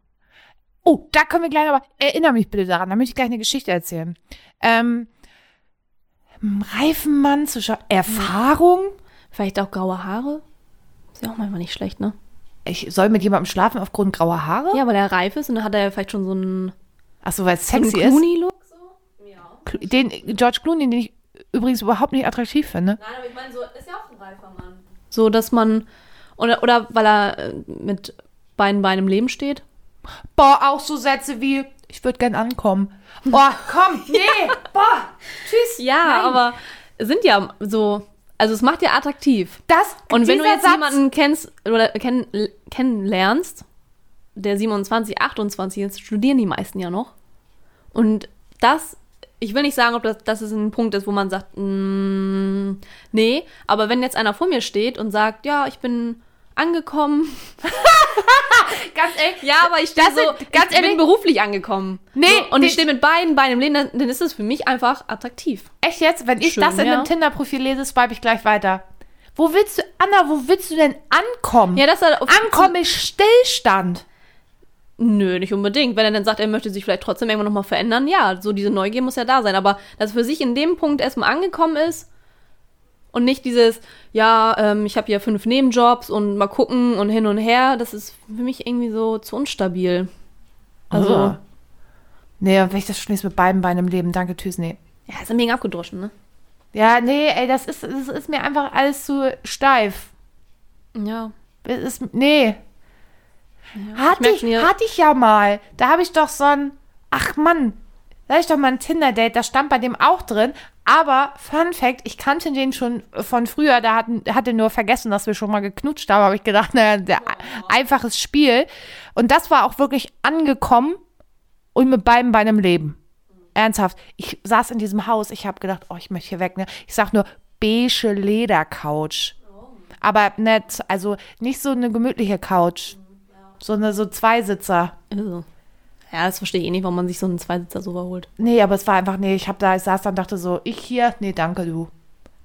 A: Oh, da können wir gleich aber. Erinnere mich bitte daran, da möchte ich gleich eine Geschichte erzählen. Ähm, einem reifen Mann zu schlafen. Erfahrung?
B: Vielleicht auch graue Haare? Ist ja auch manchmal nicht schlecht, ne?
A: Ich soll mit jemandem schlafen aufgrund grauer Haare?
B: Ja, weil er reif ist und dann hat er ja vielleicht schon so einen,
A: Ach so, weil es
B: so einen
A: sexy ist.
B: Clooney-Look. So? Ja.
A: Cl- den George Clooney, den ich übrigens überhaupt nicht attraktiv finde.
B: Nein, aber ich meine, so ist ja auch ein reifer Mann. So, dass man. Oder, oder weil er äh, mit beiden Beinen im Leben steht.
A: Boah, auch so Sätze wie, ich würde gern ankommen. Boah,
B: <laughs>
A: komm, nee, boah, tschüss.
B: Ja, aber sind ja so. Also, es macht ja attraktiv.
A: Das,
B: Und wenn du
A: dieser
B: jetzt
A: Satz,
B: jemanden kennst oder kenn, kennenlernst, der 27, 28 ist, studieren die meisten ja noch. Und das, ich will nicht sagen, ob das, das ist ein Punkt ist, wo man sagt, mm, nee, aber wenn jetzt einer vor mir steht und sagt, ja, ich bin angekommen,
A: ganz ehrlich,
B: ja, <laughs> aber ich, stehe
A: Das
B: so,
A: sind- ganz
B: ich
A: ehrlich-
B: bin beruflich angekommen.
A: Nee,
B: so, und ich
A: den-
B: stehe mit beiden Beinen im Leben, dann, dann ist das für mich einfach attraktiv.
A: echt jetzt, wenn ich
B: Schön,
A: das in
B: ja.
A: einem Tinder-Profil lese, swipe ich gleich weiter. Wo willst du, Anna, wo willst du denn ankommen?
B: Ja, das ist halt auf-
A: ankommen ist Stillstand.
B: Nö, nicht unbedingt. Wenn er dann sagt, er möchte sich vielleicht trotzdem irgendwann nochmal verändern, ja, so diese Neugier muss ja da sein. Aber dass er für sich in dem Punkt erstmal angekommen ist und nicht dieses, ja, ähm, ich habe hier fünf Nebenjobs und mal gucken und hin und her, das ist für mich irgendwie so zu unstabil. Also,
A: Ah. Nee, und wenn ich das schon jetzt mit beiden Beinen im Leben, danke, tschüss, nee.
B: ja, ist ein mega abgedroschen, ne?
A: Ja, nee, ey, das ist, das ist mir einfach alles zu steif.
B: Ja.
A: Das ist, nee. hatte,
B: merk
A: ich,
B: schon, ja.
A: hatte ich ja mal. Da habe ich doch so ein, ach Mann, da ist doch mal ein Tinder-Date, das stand bei dem auch drin. Aber Fun Fact, ich kannte den schon von früher, da hatten, hatte nur vergessen, dass wir schon mal geknutscht haben, habe ich gedacht, naja, der, einfaches Spiel. Und das war auch wirklich angekommen und mit beiden bei einem Leben. Ernsthaft, ich saß in diesem Haus, ich habe gedacht, oh, ich möchte hier weg. Ne? Ich sag nur, beige Ledercouch. Aber nett, also nicht so eine gemütliche Couch, sondern so Zweisitzer.
B: Also. Ja, das verstehe ich eh nicht, warum man sich so einen Zweisitzer-Sofa holt.
A: Nee, aber es war einfach, nee, ich hab da, ich saß da und dachte so, ich hier, nee, danke du.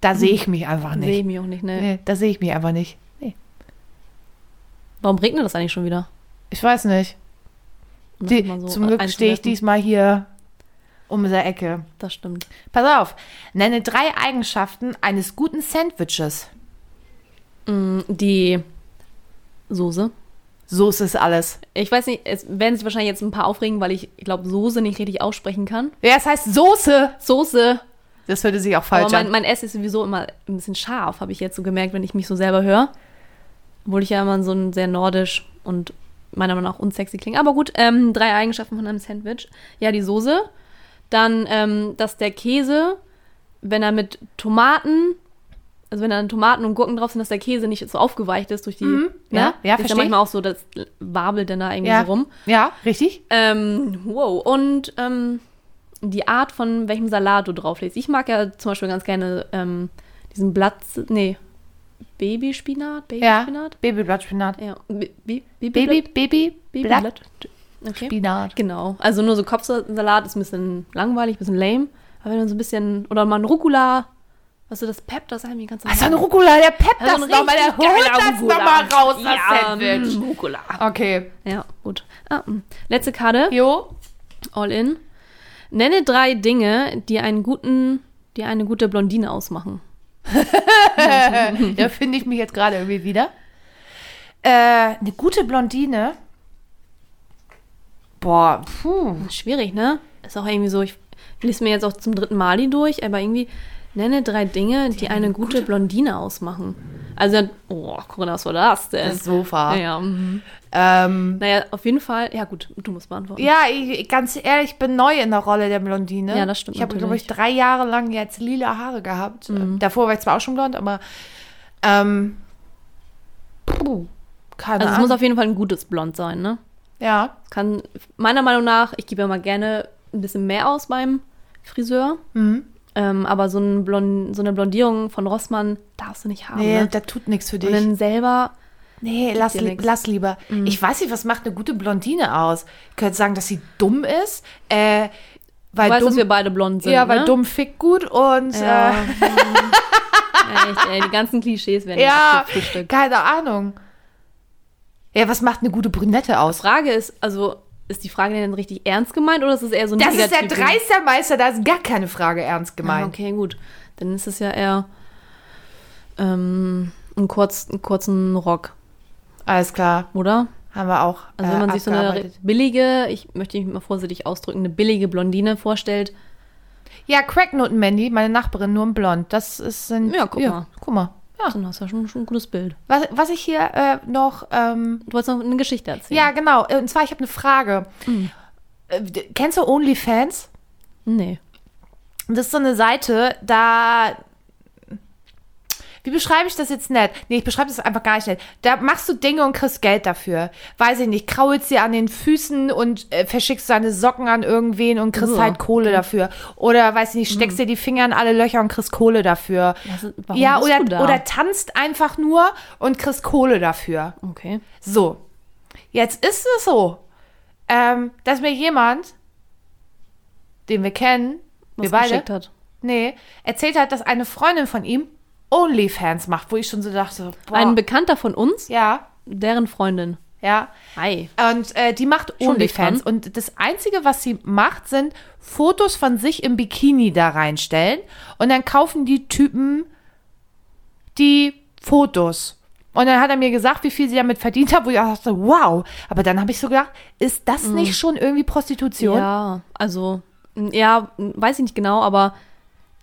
A: Da sehe ich mich einfach
B: Sehe
A: nicht.
B: Hm. ich mich auch nicht, ne?
A: Nee, da sehe ich mich einfach nicht. Nee.
B: Warum regnet das eigentlich schon wieder?
A: Ich weiß nicht.
B: Um das
A: Die,
B: mal so
A: zum Glück stehe ich
B: einzuwerfen.
A: diesmal hier um diese Ecke.
B: Das stimmt.
A: Pass auf, nenne drei Eigenschaften eines guten Sandwiches.
B: Mm, Die Soße.
A: So ist es alles.
B: Ich weiß nicht, es werden sich wahrscheinlich jetzt ein paar aufregen, weil ich, ich glaube, Soße nicht richtig aussprechen kann.
A: Ja, es heißt Soße.
B: Soße.
A: Das würde sich auch
B: Aber
A: falsch
B: mein,
A: an.
B: mein Essen ist sowieso immer ein bisschen scharf, habe ich jetzt so gemerkt, wenn ich mich so selber höre. Obwohl ich ja immer so ein sehr nordisch und meiner Meinung nach unsexy klinge. Aber gut, ähm, drei Eigenschaften von einem Sandwich. Ja, die Soße. Dann, ähm, dass der Käse, wenn er mit Tomaten, also wenn da Tomaten und Gurken drauf sind, dass der Käse nicht so aufgeweicht ist durch die. ne?
A: Mhm. ja, ja,
B: ist ja
A: versteh.
B: manchmal auch so, das wabelt dann da irgendwie
A: Ja.
B: so rum.
A: Ja, richtig?
B: Ähm, wow. Und ähm, die Art von welchem Salat du drauflegst. Ich mag ja zum Beispiel ganz gerne ähm, diesen Blatt, nee, Babyspinat,
A: Ja.
B: Babyspinat.
A: Babyblattspinat.
B: Ja. Bi- bi- bi-
A: Baby,
B: Blatt-
A: Baby,
B: Babyblatt. Okay.
A: Blattspinat.
B: Genau. Also nur so Kopfsalat ist ein bisschen langweilig, ein bisschen lame. Aber wenn man so ein bisschen, oder mal ein Rucola, weißt du, das peppt das einem die ganze
A: Was für ein Rucola, der peppt
B: Also
A: das
B: ein
A: nochmal, der
B: richtig
A: holt
B: geiler
A: das
B: Rucola.
A: nochmal raus, das
B: ja,
A: Sandwich.
B: mm, Rucola.
A: Okay.
B: Ja, gut. Ah, mm. letzte Karte.
A: Jo,
B: All in. Nenne drei Dinge, die einen guten, die eine gute Blondine ausmachen. Hm.
A: da finde ich mich jetzt gerade irgendwie wieder. Äh, eine gute Blondine. Boah, puh.
B: Schwierig, ne? Ist auch irgendwie so, ich lese mir jetzt auch zum dritten Mal die durch, aber irgendwie nenne drei Dinge, die, eine gute, Blondine ausmachen. Also, oh, Corinna, was war das denn?
A: Das Sofa.
B: naja, mhm.
A: Ähm,
B: naja, auf jeden Fall, ja gut, du musst beantworten.
A: ja, ich, ganz ehrlich, ich bin neu in der Rolle der Blondine.
B: Ja, das stimmt
A: Ich habe, glaube
B: natürlich. Mhm.
A: ich, drei Jahre lang jetzt lila Haare gehabt. Ähm, Davor war ich zwar auch schon blond, aber ähm, puh, keine
B: also es muss
A: Ahnung.
B: auf jeden Fall ein gutes Blond sein, ne?
A: ja,
B: Es kann meiner Meinung nach, ich gebe ja mal gerne ein bisschen mehr aus beim Friseur.
A: Mhm.
B: Ähm, aber so, ein Blon so eine Blondierung von Rossmann darfst du nicht haben.
A: nee,
B: ne?
A: da tut nichts für dich.
B: Und dann selber,
A: Nee, lass,
B: dir
A: li
B: nix. Mhm.
A: lass lieber. Ich weiß nicht, was macht eine gute Blondine aus? Ich könnte sagen, dass sie dumm ist, äh, weil
B: du weißt,
A: dumm,
B: dass wir beide blond sind.
A: ja, weil
B: ne?
A: dumm fickt gut und äh,
B: Ja.
A: ja,
B: hm. Echt, ey, die ganzen Klischees werden
A: äh, ja
B: abgefrühstückt.
A: keine Ahnung. Ja, was macht eine gute Brünette aus?
B: Frage ist, also, ist die Frage denn richtig ernst gemeint oder ist es eher so ein
A: Das ist der
B: Negativen-
A: Dreistermeister, da ist gar keine Frage ernst
B: Ah,
A: gemeint.
B: okay, gut. Dann ist es ja eher ähm, ein, kurz, einen kurzen Rock,
A: Alles klar,
B: oder?
A: haben wir auch.
B: Also wenn man sich so eine
A: Äh, abgearbeitet.
B: billige, ich möchte mich mal vorsichtig ausdrücken, eine billige Blondine vorstellt,
A: Ja, Cracknoten-Mandy, meine Nachbarin, nur in blond. Das ist ein.
B: Ja, guck mal.
A: Guck mal. Ja.
B: dann hast du ja schon, schon ein gutes Bild.
A: Was, was ich hier äh, noch ähm,
B: Du wolltest noch eine Geschichte erzählen.
A: Ja, genau. Und zwar, ich habe eine Frage.
B: Mhm.
A: Äh, d- Kennst du OnlyFans?
B: Nee.
A: Das ist so eine Seite, da. Wie beschreibe ich das jetzt nett? Nee, ich beschreibe das einfach gar nicht nett. Da machst du Dinge und kriegst Geld dafür. Weiß ich nicht, kraulst dir an den Füßen und äh, verschickst deine Socken an irgendwen und kriegst
B: Uah.
A: halt Kohle dafür. Oder, weiß ich nicht, steckst dir die Finger in alle Löcher und kriegst Kohle dafür.
B: Was ist- Mhm. warum
A: ja,
B: bist
A: oder,
B: du da?
A: oder tanzt einfach nur und kriegst Kohle dafür.
B: Okay.
A: So, jetzt ist es so, ähm, dass mir jemand, den wir kennen, wir beide,
B: geschickt hat.
A: nee, erzählt hat, dass eine Freundin von ihm OnlyFans macht, wo ich schon so dachte, boah,
B: Ein Bekannter von uns,
A: ja,
B: deren Freundin.
A: ja.
B: Hi.
A: Und äh, die macht
B: Schon dicht
A: OnlyFans. Und das Einzige, was sie macht, sind Fotos von sich im Bikini da reinstellen. Und dann kaufen die Typen die Fotos. Und dann hat er mir gesagt, wie viel sie damit verdient hat, wo ich auch dachte, wow. Aber dann habe ich so gedacht, ist das nicht schon irgendwie Prostitution?
B: Mhm. Ja, also, m, ja, m, weiß ich nicht genau, aber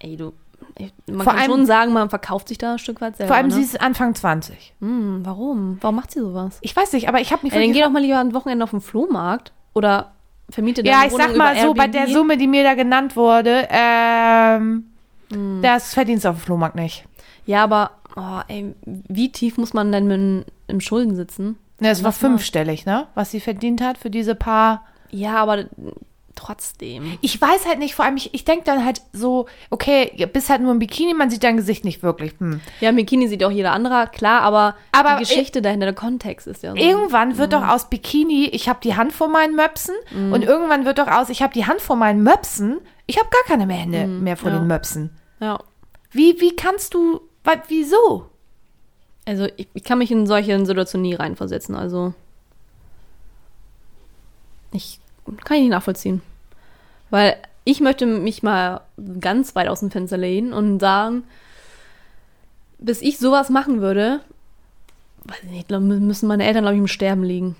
B: ey, du, ey, man
A: Vor
B: kann
A: allem-
B: schon sagen, man verkauft sich da ein Stück weit selber.
A: Vor allem,
B: ne?
A: sie ist Anfang 20.
B: Hm, warum? Warum macht sie sowas?
A: Ich weiß nicht, aber ich habe mich
B: Ey, dann
A: wirklich-
B: geh doch mal lieber am Wochenende auf den Flohmarkt oder vermiete deine
A: Ja, ich
B: Wohnung
A: sag mal
B: über
A: so, bei der
B: Airbnb.
A: Summe, die mir da genannt wurde, ähm,
B: Hm.
A: das verdienst du auf dem Flohmarkt nicht.
B: Ja, aber oh, ey, wie tief muss man denn mit, im Schulden sitzen?
A: Ne, Es war
B: Lass mal.
A: fünfstellig, ne? Was sie verdient hat für diese paar.
B: Ja, aber trotzdem.
A: Ich weiß halt nicht, vor allem, ich, ich denke dann halt so, okay, ihr bist halt nur im Bikini, man sieht dein Gesicht nicht wirklich. Hm.
B: Ja, Bikini sieht auch jeder anderer, klar, aber,
A: Aber
B: die Geschichte dahinter, der Kontext ist ja so.
A: Irgendwann
B: Hm.
A: wird doch aus Bikini, ich habe die Hand vor meinen Möpsen und irgendwann wird doch aus, ich habe die Hand vor meinen Möpsen, ich habe gar keine mehr Hände mehr vor
B: Hm. ja.
A: den Möpsen.
B: Ja.
A: Wie, wie kannst du, wa- wieso?
B: Also ich, ich kann mich in solche Situationen nie reinversetzen, also ich kann ich nicht nachvollziehen. Weil ich möchte mich mal ganz weit aus dem Fenster lehnen und sagen, bis ich sowas machen würde, weiß ich nicht, glaub, mü- müssen meine Eltern, glaube ich, im Sterben liegen.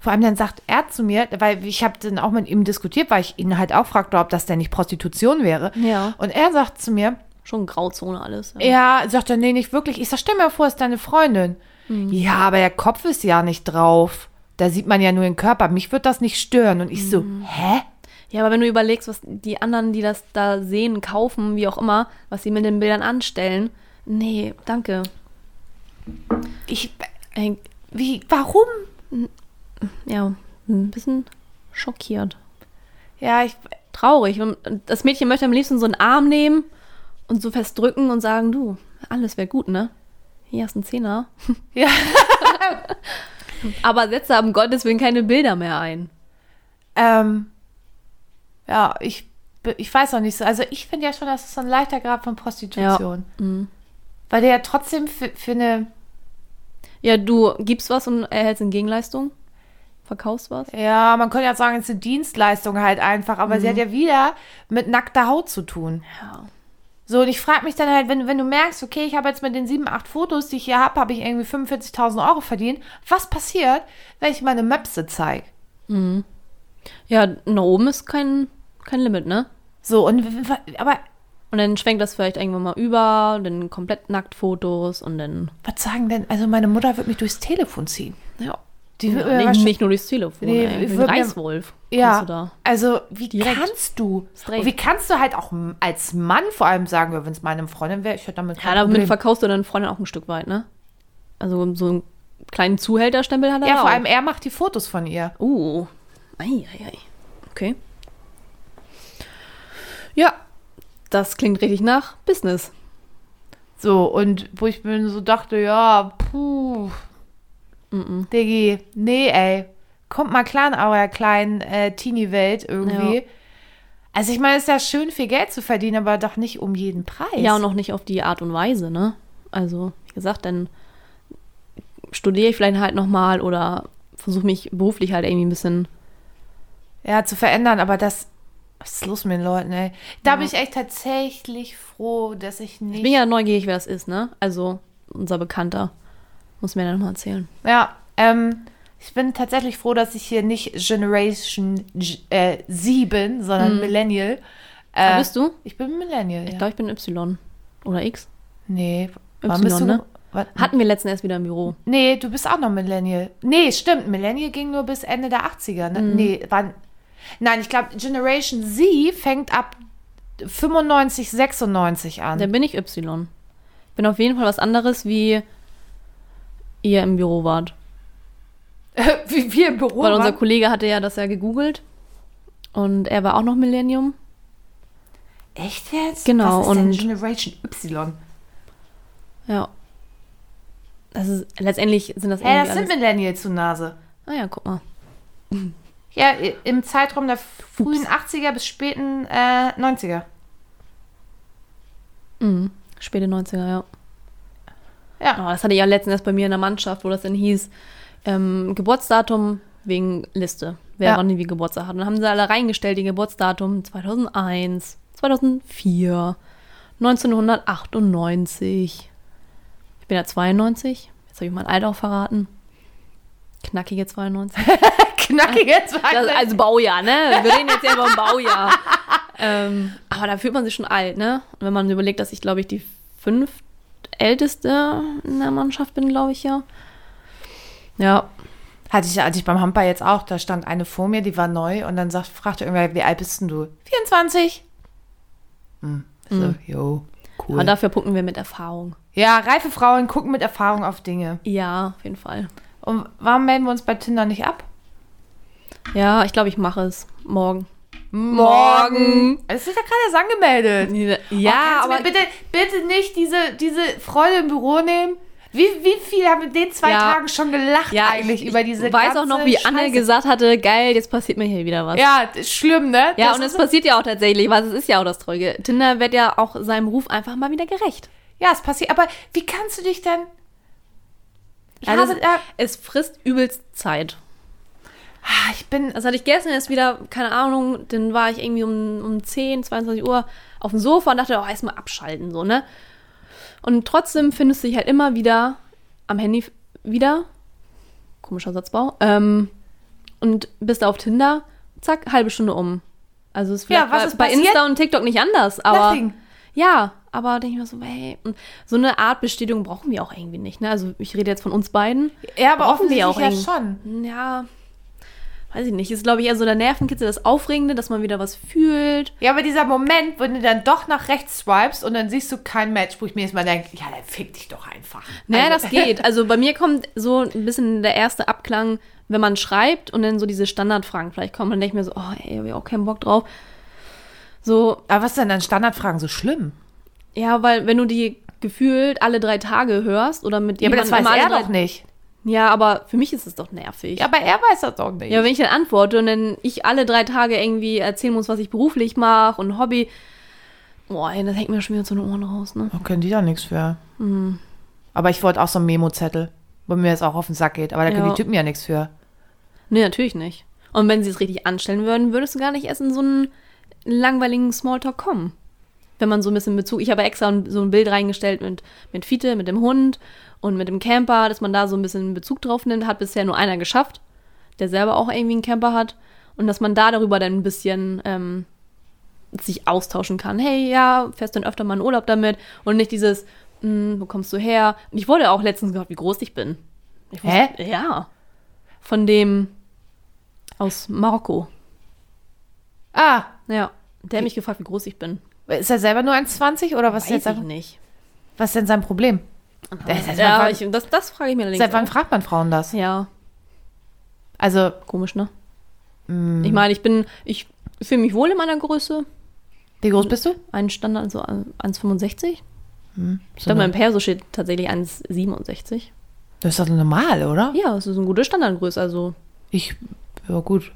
A: Vor allem dann sagt er zu mir, weil ich habe dann auch mit ihm diskutiert, weil ich ihn halt auch fragte, ob das denn nicht Prostitution wäre.
B: Ja.
A: Und er sagt zu mir,
B: Schon Grauzone alles. Ja.
A: ja, sagt er, nee, nicht wirklich. Ich sag, stell mir vor, es ist deine Freundin. Ja, aber der Kopf ist ja nicht drauf. Da sieht man ja nur den Körper. Mich wird das nicht stören. Und ich so, hä?
B: Ja, aber wenn du überlegst, was die anderen, die das da sehen, kaufen, wie auch immer, was sie mit den Bildern anstellen, nee, danke.
A: Ich,
B: Ey,
A: wie, warum?
B: ja, ein bisschen schockiert.
A: Ja, ich,
B: Traurig. wenn- Das Mädchen möchte am liebsten so einen Arm nehmen und so festdrücken und sagen, du, alles wäre gut, ne? Hier hast du einen Zehner. <laughs>
A: Ja.
B: Aber setze am Gottes Willen keine Bilder mehr ein.
A: ähm, ja, ich, ich weiß auch nicht so. Also ich finde ja schon, das ist so ein leichter Grad von Prostitution. Weil der ja trotzdem für, für eine,
B: Ja, du gibst was und erhältst in Gegenleistung. Verkaufst was.
A: ja, man könnte ja sagen, es ist eine Dienstleistung halt einfach, aber sie hat ja wieder mit nackter Haut zu tun.
B: Ja.
A: So, und ich frage mich dann halt, wenn, wenn du merkst, okay, ich habe jetzt mit den sieben, acht Fotos, die ich hier habe, habe ich irgendwie 45.000 Euro verdient. Was passiert, wenn ich meine Möpse zeige?
B: Ja, nach oben ist kein, kein Limit, ne?
A: So, und w- w- aber
B: Und dann schwenkt das vielleicht irgendwann mal über, dann komplett nackt Fotos und dann.
A: was sagen denn? Also meine Mutter wird mich durchs Telefon ziehen.
B: Ja.
A: Die wird mir
B: Ja, nicht,
A: wahrscheinlich-
B: nicht nur durchs Telefon,
A: Nee,
B: ey.
A: ich
B: Wie ein
A: würd mir-
B: Reißwolf. kommst
A: Ja,
B: Du da.
A: also wie
B: Direkt.
A: kannst du?
B: Straight.
A: Und wie kannst du halt auch m- als Mann vor allem sagen, wenn es meine Freundin wäre, ich hätte damit
B: ja
A: kein
B: damit
A: Problem.
B: verkaufst du deinen Freunden auch ein Stück weit, ne? Also so einen kleinen Zuhälterstempel hat er
A: Ja,
B: auch.
A: vor allem er macht die Fotos von ihr.
B: Uh. Ei, ei, ei. Okay. Ja, das klingt richtig nach Business.
A: So, und wo ich mir so dachte, ja, puh, Diggi, nee, ey, kommt mal klar in eurer kleinen äh, Teenie-Welt irgendwie.
B: Ja.
A: Also ich meine, es ist ja schön, viel Geld zu verdienen, aber doch nicht um jeden Preis.
B: Ja, und auch nicht auf die Art und Weise, ne? Also, wie gesagt, dann studiere ich vielleicht halt nochmal oder versuche mich beruflich halt irgendwie ein bisschen.
A: ja, zu verändern, aber das, was ist los mit den Leuten, ey? Da bin ich echt tatsächlich froh, dass ich nicht...
B: Ich bin ja neugierig, wer das ist, ne? Also, unser Bekannter. Muss mir dann mal erzählen.
A: Ja, ähm, ich bin tatsächlich froh, dass ich hier nicht Generation G äh, 7, sondern Millennial.
B: Mhm. Da
A: Äh,
B: bist du?
A: Ich bin Millennial, ja.
B: Ich glaube, ich bin Y. Oder X.
A: nee,
B: Y,
A: wann bist du?
B: ne?
A: Wann-
B: Hatten wir letztens erst wieder im Büro.
A: nee, du bist auch noch Millennial. Nee, stimmt, Millennial ging nur bis Ende der 80er.
B: Mhm.
A: Ne? Nee, wann? Nein, ich glaube, Generation Z fängt ab 95, 96 an.
B: Da bin ich Y. Bin auf jeden Fall was anderes, wie ihr im Büro wart.
A: <laughs> Wie wir im Büro
B: Weil unser
A: waren.
B: Kollege hatte ja das ja gegoogelt. Und er war auch noch Millennium.
A: Echt jetzt?
B: Genau,
A: Was ist denn
B: und-
A: Generation Y?
B: Ja. Das ist, letztendlich sind das
A: Hä,
B: irgendwie
A: das sind
B: alles.
A: Millennials zu Nase.
B: Ah ja, guck mal.
A: Ja, im Zeitraum der frühen 80er bis späten äh,
B: <laughs>
A: 90er.
B: Mhm. Späte 90er, ja.
A: Ja.
B: Aber das hatte ich ja letztens erst bei mir in der Mannschaft, wo das dann hieß, ähm, Geburtsdatum wegen Liste, wer
A: Ja.
B: wann wie Geburtstag hat. Und dann haben sie alle reingestellt, die Geburtsdatum 2001, 2004, 1998. Ich bin ja 92, jetzt habe ich mein Alter auch verraten. Knackige 92.
A: Knackige zwei.
B: Das, also Baujahr, ne? Wir reden jetzt ja über ein Baujahr.
A: <laughs>
B: ähm, aber da fühlt man sich schon alt, ne? Und wenn man überlegt, dass ich, glaube ich, die fünftälteste in der Mannschaft bin, glaube ich ja. Ja,
A: Hatte ich, hatte ich beim Hamper jetzt auch, da stand eine vor mir, die war neu und dann sagt, fragte irgendwer, wie alt bist denn du? 24. Hm. So, jo,
B: Aber
A: cool.
B: dafür punkten wir mit Erfahrung.
A: ja, reife Frauen gucken mit Erfahrung auf Dinge.
B: Ja, auf jeden Fall.
A: Und warum melden wir uns bei Tinder nicht ab?
B: Ja, ich glaube, ich mache es morgen.
A: Es ist ja gerade erst angemeldet. Oh,
B: Oh, Ja,
A: aber
B: aber
A: bitte, bitte nicht diese, diese Freude im Büro nehmen. Wie, wie viel haben wir in den zwei
B: Ja.
A: Tagen schon gelacht
B: ja,
A: eigentlich
B: ich,
A: über diese
B: Ich weiß auch
A: ganze
B: noch, wie Anne
A: Scheiße.
B: gesagt hatte, geil, jetzt passiert mir hier wieder was.
A: Ja, das ist schlimm, ne?
B: Ja,
A: Das
B: und
A: ist-
B: es passiert ja auch tatsächlich was. Es ist ja auch das Treuge. Tinder wird ja auch seinem Ruf einfach mal wieder gerecht.
A: ja, es passiert. Aber wie kannst du dich denn. Ich,
B: Also
A: habe, da-
B: es, es frisst übelst Zeit.
A: ah, ich bin.
B: Das hatte ich gestern erst wieder, keine Ahnung, dann war ich irgendwie um, um 10, 22 Uhr auf dem Sofa und dachte, oh, erstmal abschalten, so, ne? Und trotzdem findest du dich halt immer wieder am Handy f- wieder. Komischer Satzbau. Ähm, und bist da auf Tinder, zack, halbe Stunde um. Also ist
A: Ja,
B: vielleicht
A: was
B: bei,
A: ist
B: bei
A: passiert?
B: Insta und TikTok nicht anders, aber.
A: Nothing.
B: Ja, aber denke ich mir so, hey, und so eine Art Bestätigung brauchen wir auch irgendwie nicht, ne? Also ich rede jetzt von uns beiden.
A: Ja, aber
B: Brauchen
A: offensichtlich
B: wir auch
A: ja
B: irgendwie.
A: schon.
B: Ja, weiß ich nicht. Ist, glaube ich, eher so der Nervenkitzel, das Aufregende, dass man wieder was fühlt.
A: Ja, aber dieser Moment, wo du dann doch nach rechts swipest und dann siehst du kein Match, wo ich mir jetzt mal denke, ja, dann fick dich doch einfach.
B: Naja,
A: Also-
B: das geht. Also bei mir kommt so ein bisschen der erste Abklang, wenn man schreibt und dann so diese Standardfragen vielleicht kommen. Dann denke ich mir so, oh, ey, hab ich auch keinen Bock drauf. So,
A: <laughs> Aber was ist denn an Standardfragen so schlimm?
B: ja, weil wenn du die gefühlt alle drei Tage hörst oder mit
A: Ja, aber das weiß
B: jemandem
A: er
B: alle drei-
A: doch nicht.
B: Ja, aber für mich ist es doch nervig.
A: Ja, aber er weiß das doch nicht.
B: Ja, wenn ich dann antworte und dann ich alle drei Tage irgendwie erzählen muss, was ich beruflich mache und Hobby. Boah, ey, das hängt mir schon wieder zu den Ohren raus, ne?
A: Da können die da nichts für.
B: Mhm.
A: Aber ich wollte auch so einen Memo-Zettel, wo mir jetzt auch auf den Sack geht. Aber da können
B: Ja.
A: die Typen ja nichts für.
B: Nee, natürlich nicht. Und wenn sie es richtig anstellen würden, würdest du gar nicht erst in so einen langweiligen Smalltalk kommen. Wenn man so ein bisschen Bezug. Ich habe extra ein- so ein Bild reingestellt mit, mit Fiete, mit dem Hund und mit dem Camper, dass man da so ein bisschen Bezug drauf nimmt. Hat bisher nur einer geschafft, der selber auch irgendwie einen Camper hat. Und dass man da darüber dann ein bisschen ähm, sich austauschen kann. Hey, ja, fährst du denn öfter mal in Urlaub damit? Und nicht dieses, hm, wo kommst du her? Und ich wurde auch letztens gehört, wie groß ich bin. Ich
A: Hä?
B: Ja. Von dem aus Marokko.
A: Ah,
B: Ja. Der hat mich gefragt, wie groß ich bin.
A: ist er selber nur 1,20 oder was ist, jetzt einfach,
B: nicht.
A: was ist denn sein Problem? Das ist
B: Ja,
A: mal-
B: ich, das, das frage ich mir allerdings
A: Seit wann
B: auch.
A: fragt man Frauen das?
B: Ja,
A: Also,
B: komisch, ne?
A: Mm.
B: Ich meine, ich bin, ich fühle mich wohl in meiner Größe.
A: wie groß bist du?
B: Ein Standard, so 1,65. Ich
A: So
B: glaube, mein
A: eine,
B: Perso steht tatsächlich 1,67.
A: das ist doch normal, oder?
B: Ja, das ist eine gute Standardgröße. Also
A: Ich, ja gut.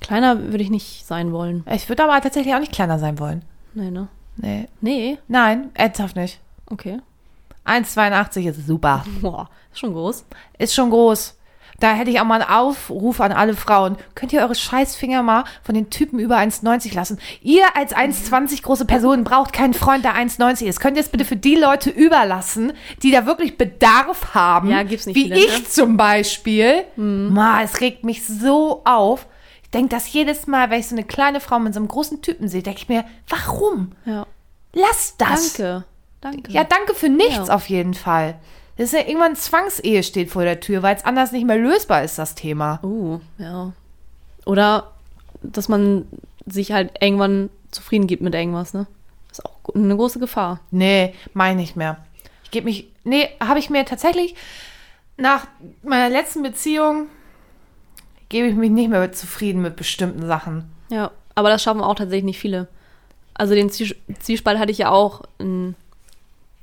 B: kleiner würde ich nicht sein wollen.
A: Ich würde aber tatsächlich auch nicht kleiner sein wollen.
B: Nee, ne?
A: Nee.
B: Nee,
A: Nein, ernsthaft nicht.
B: okay. <laughs>
A: 1,82 ist super.
B: Boah, ist schon groß.
A: Ist schon groß. Da hätte ich auch mal einen Aufruf an alle Frauen. Könnt ihr eure Scheißfinger mal von den Typen über 1,90 lassen? Ihr als 1,20 große Person braucht keinen Freund, der 1,90 ist. Könnt ihr es bitte für die Leute überlassen, die da wirklich Bedarf haben?
B: Ja, gibt's nicht
A: Wie
B: viele,
A: ich
B: ne? Hm.
A: zum Beispiel. Ma, es regt mich so auf. Ich denke das jedes Mal, wenn ich so eine kleine Frau mit so einem großen Typen sehe, denke ich mir, warum?
B: Ja.
A: Lass das.
B: Danke. Danke.
A: Ja, danke für nichts
B: Ja.
A: auf jeden Fall. Das ist ja irgendwann Zwangsehe steht vor der Tür, weil es anders nicht mehr lösbar ist, das Thema.
B: Oh, ja. Oder, dass man sich halt irgendwann zufrieden gibt mit irgendwas, ne? Ist auch gu- eine große Gefahr.
A: Nee, meine ich mehr. Ich gebe mich. Nee, habe ich mir tatsächlich nach meiner letzten Beziehung gebe ich mich nicht mehr zufrieden mit bestimmten Sachen.
B: Ja. Aber das schaffen auch tatsächlich nicht viele. Also den Zwies- Zwiespalt hatte ich ja auch in